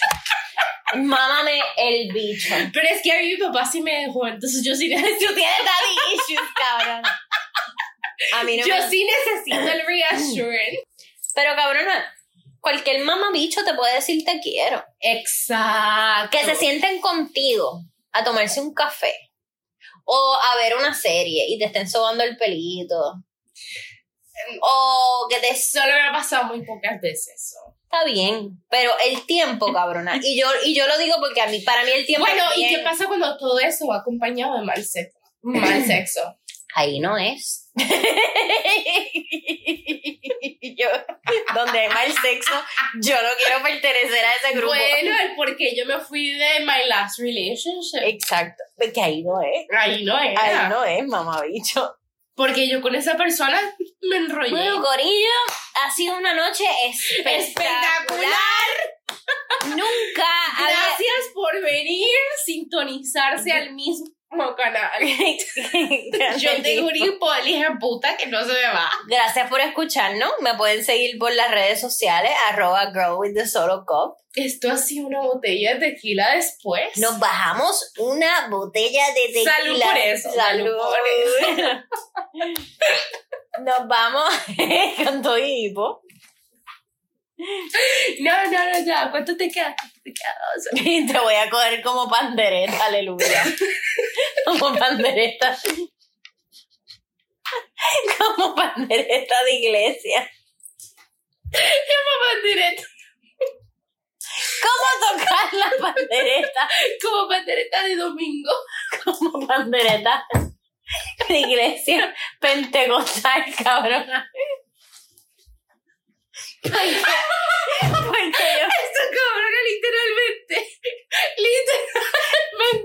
Speaker 1: Mámame el bicho.
Speaker 2: Pero es que a mí mi papá sí me dejó, entonces yo sí
Speaker 1: <laughs>
Speaker 2: necesito,
Speaker 1: Tú tienes daddy issues, cabrón. A mí no
Speaker 2: yo
Speaker 1: me-
Speaker 2: sí necesito el reassurance.
Speaker 1: Pero cabrona, cualquier mamabicho te puede decir te quiero.
Speaker 2: Exacto.
Speaker 1: Que se sienten contigo a tomarse un café o a ver una serie y te estén sobando el pelito. O que te
Speaker 2: Solo me ha pasado muy pocas veces. so.
Speaker 1: está bien, pero el tiempo, cabrona. Y yo y yo lo digo porque a mí para mí el tiempo
Speaker 2: Bueno,
Speaker 1: es
Speaker 2: ¿y qué
Speaker 1: bien.
Speaker 2: pasa cuando todo eso va acompañado de mal sexo?
Speaker 1: <clears throat>
Speaker 2: Mal sexo.
Speaker 1: Ahí no es. <laughs> yo, donde hay mal sexo, yo no quiero pertenecer a ese grupo.
Speaker 2: Bueno, el por qué yo me fui de my last relationship.
Speaker 1: Exacto, que ahí no es.
Speaker 2: Ahí no era.
Speaker 1: Ahí no es, mamabicho.
Speaker 2: Porque yo con esa persona me enrollé.
Speaker 1: Bueno, Corillo, ha sido una noche espectacular. Nunca había...
Speaker 2: Gracias por venir, sintonizarse al mismo
Speaker 1: <laughs>
Speaker 2: canal. Yo tengo un hipo de hija puta que no se me va.
Speaker 1: Gracias por escucharnos. Me pueden seguir por las redes sociales, arroba girl with the solo cup.
Speaker 2: Esto ha sido una botella de tequila después.
Speaker 1: Nos bajamos una botella de tequila.
Speaker 2: Salud por eso, salud por
Speaker 1: <laughs> Nos vamos <laughs> con todo y hipo.
Speaker 2: no, no, no, ya. ¿Cuánto te queda? ¿Cuánto te queda? O sea, <laughs>
Speaker 1: Y te voy a coger como pandereta, aleluya. Como pandereta. Como pandereta de iglesia.
Speaker 2: Como pandereta,
Speaker 1: ¿Cómo tocar la pandereta?
Speaker 2: como pandereta de domingo.
Speaker 1: Como pandereta de iglesia pentecostal, cabrona. Porque, porque yo
Speaker 2: Esta cabrona literalmente,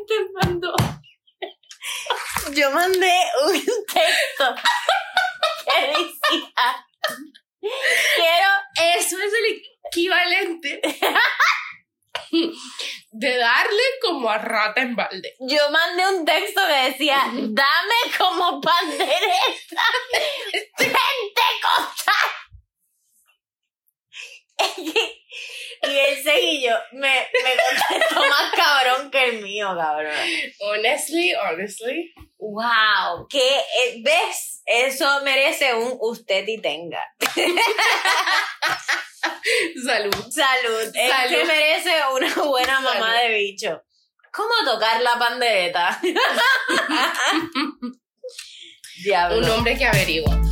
Speaker 2: literalmente <laughs> mandó.
Speaker 1: Yo mandé un texto que decía, quiero,
Speaker 2: Eso es el equivalente <laughs> de darle como a rata en balde.
Speaker 1: yo mandé un texto que decía, dame como pandereta pentecostal. Y el seguillo me, me contestó más cabrón que el mío, cabrón.
Speaker 2: Honestly, honestly.
Speaker 1: Wow, que eh, ves, eso merece un usted y tenga.
Speaker 2: Salud.
Speaker 1: Salud. Es
Speaker 2: Salud.
Speaker 1: que merece una buena mamá
Speaker 2: Salud.
Speaker 1: de bicho. ¿Cómo tocar la <laughs> pandereta? Diablo.
Speaker 2: Un hombre que averigua.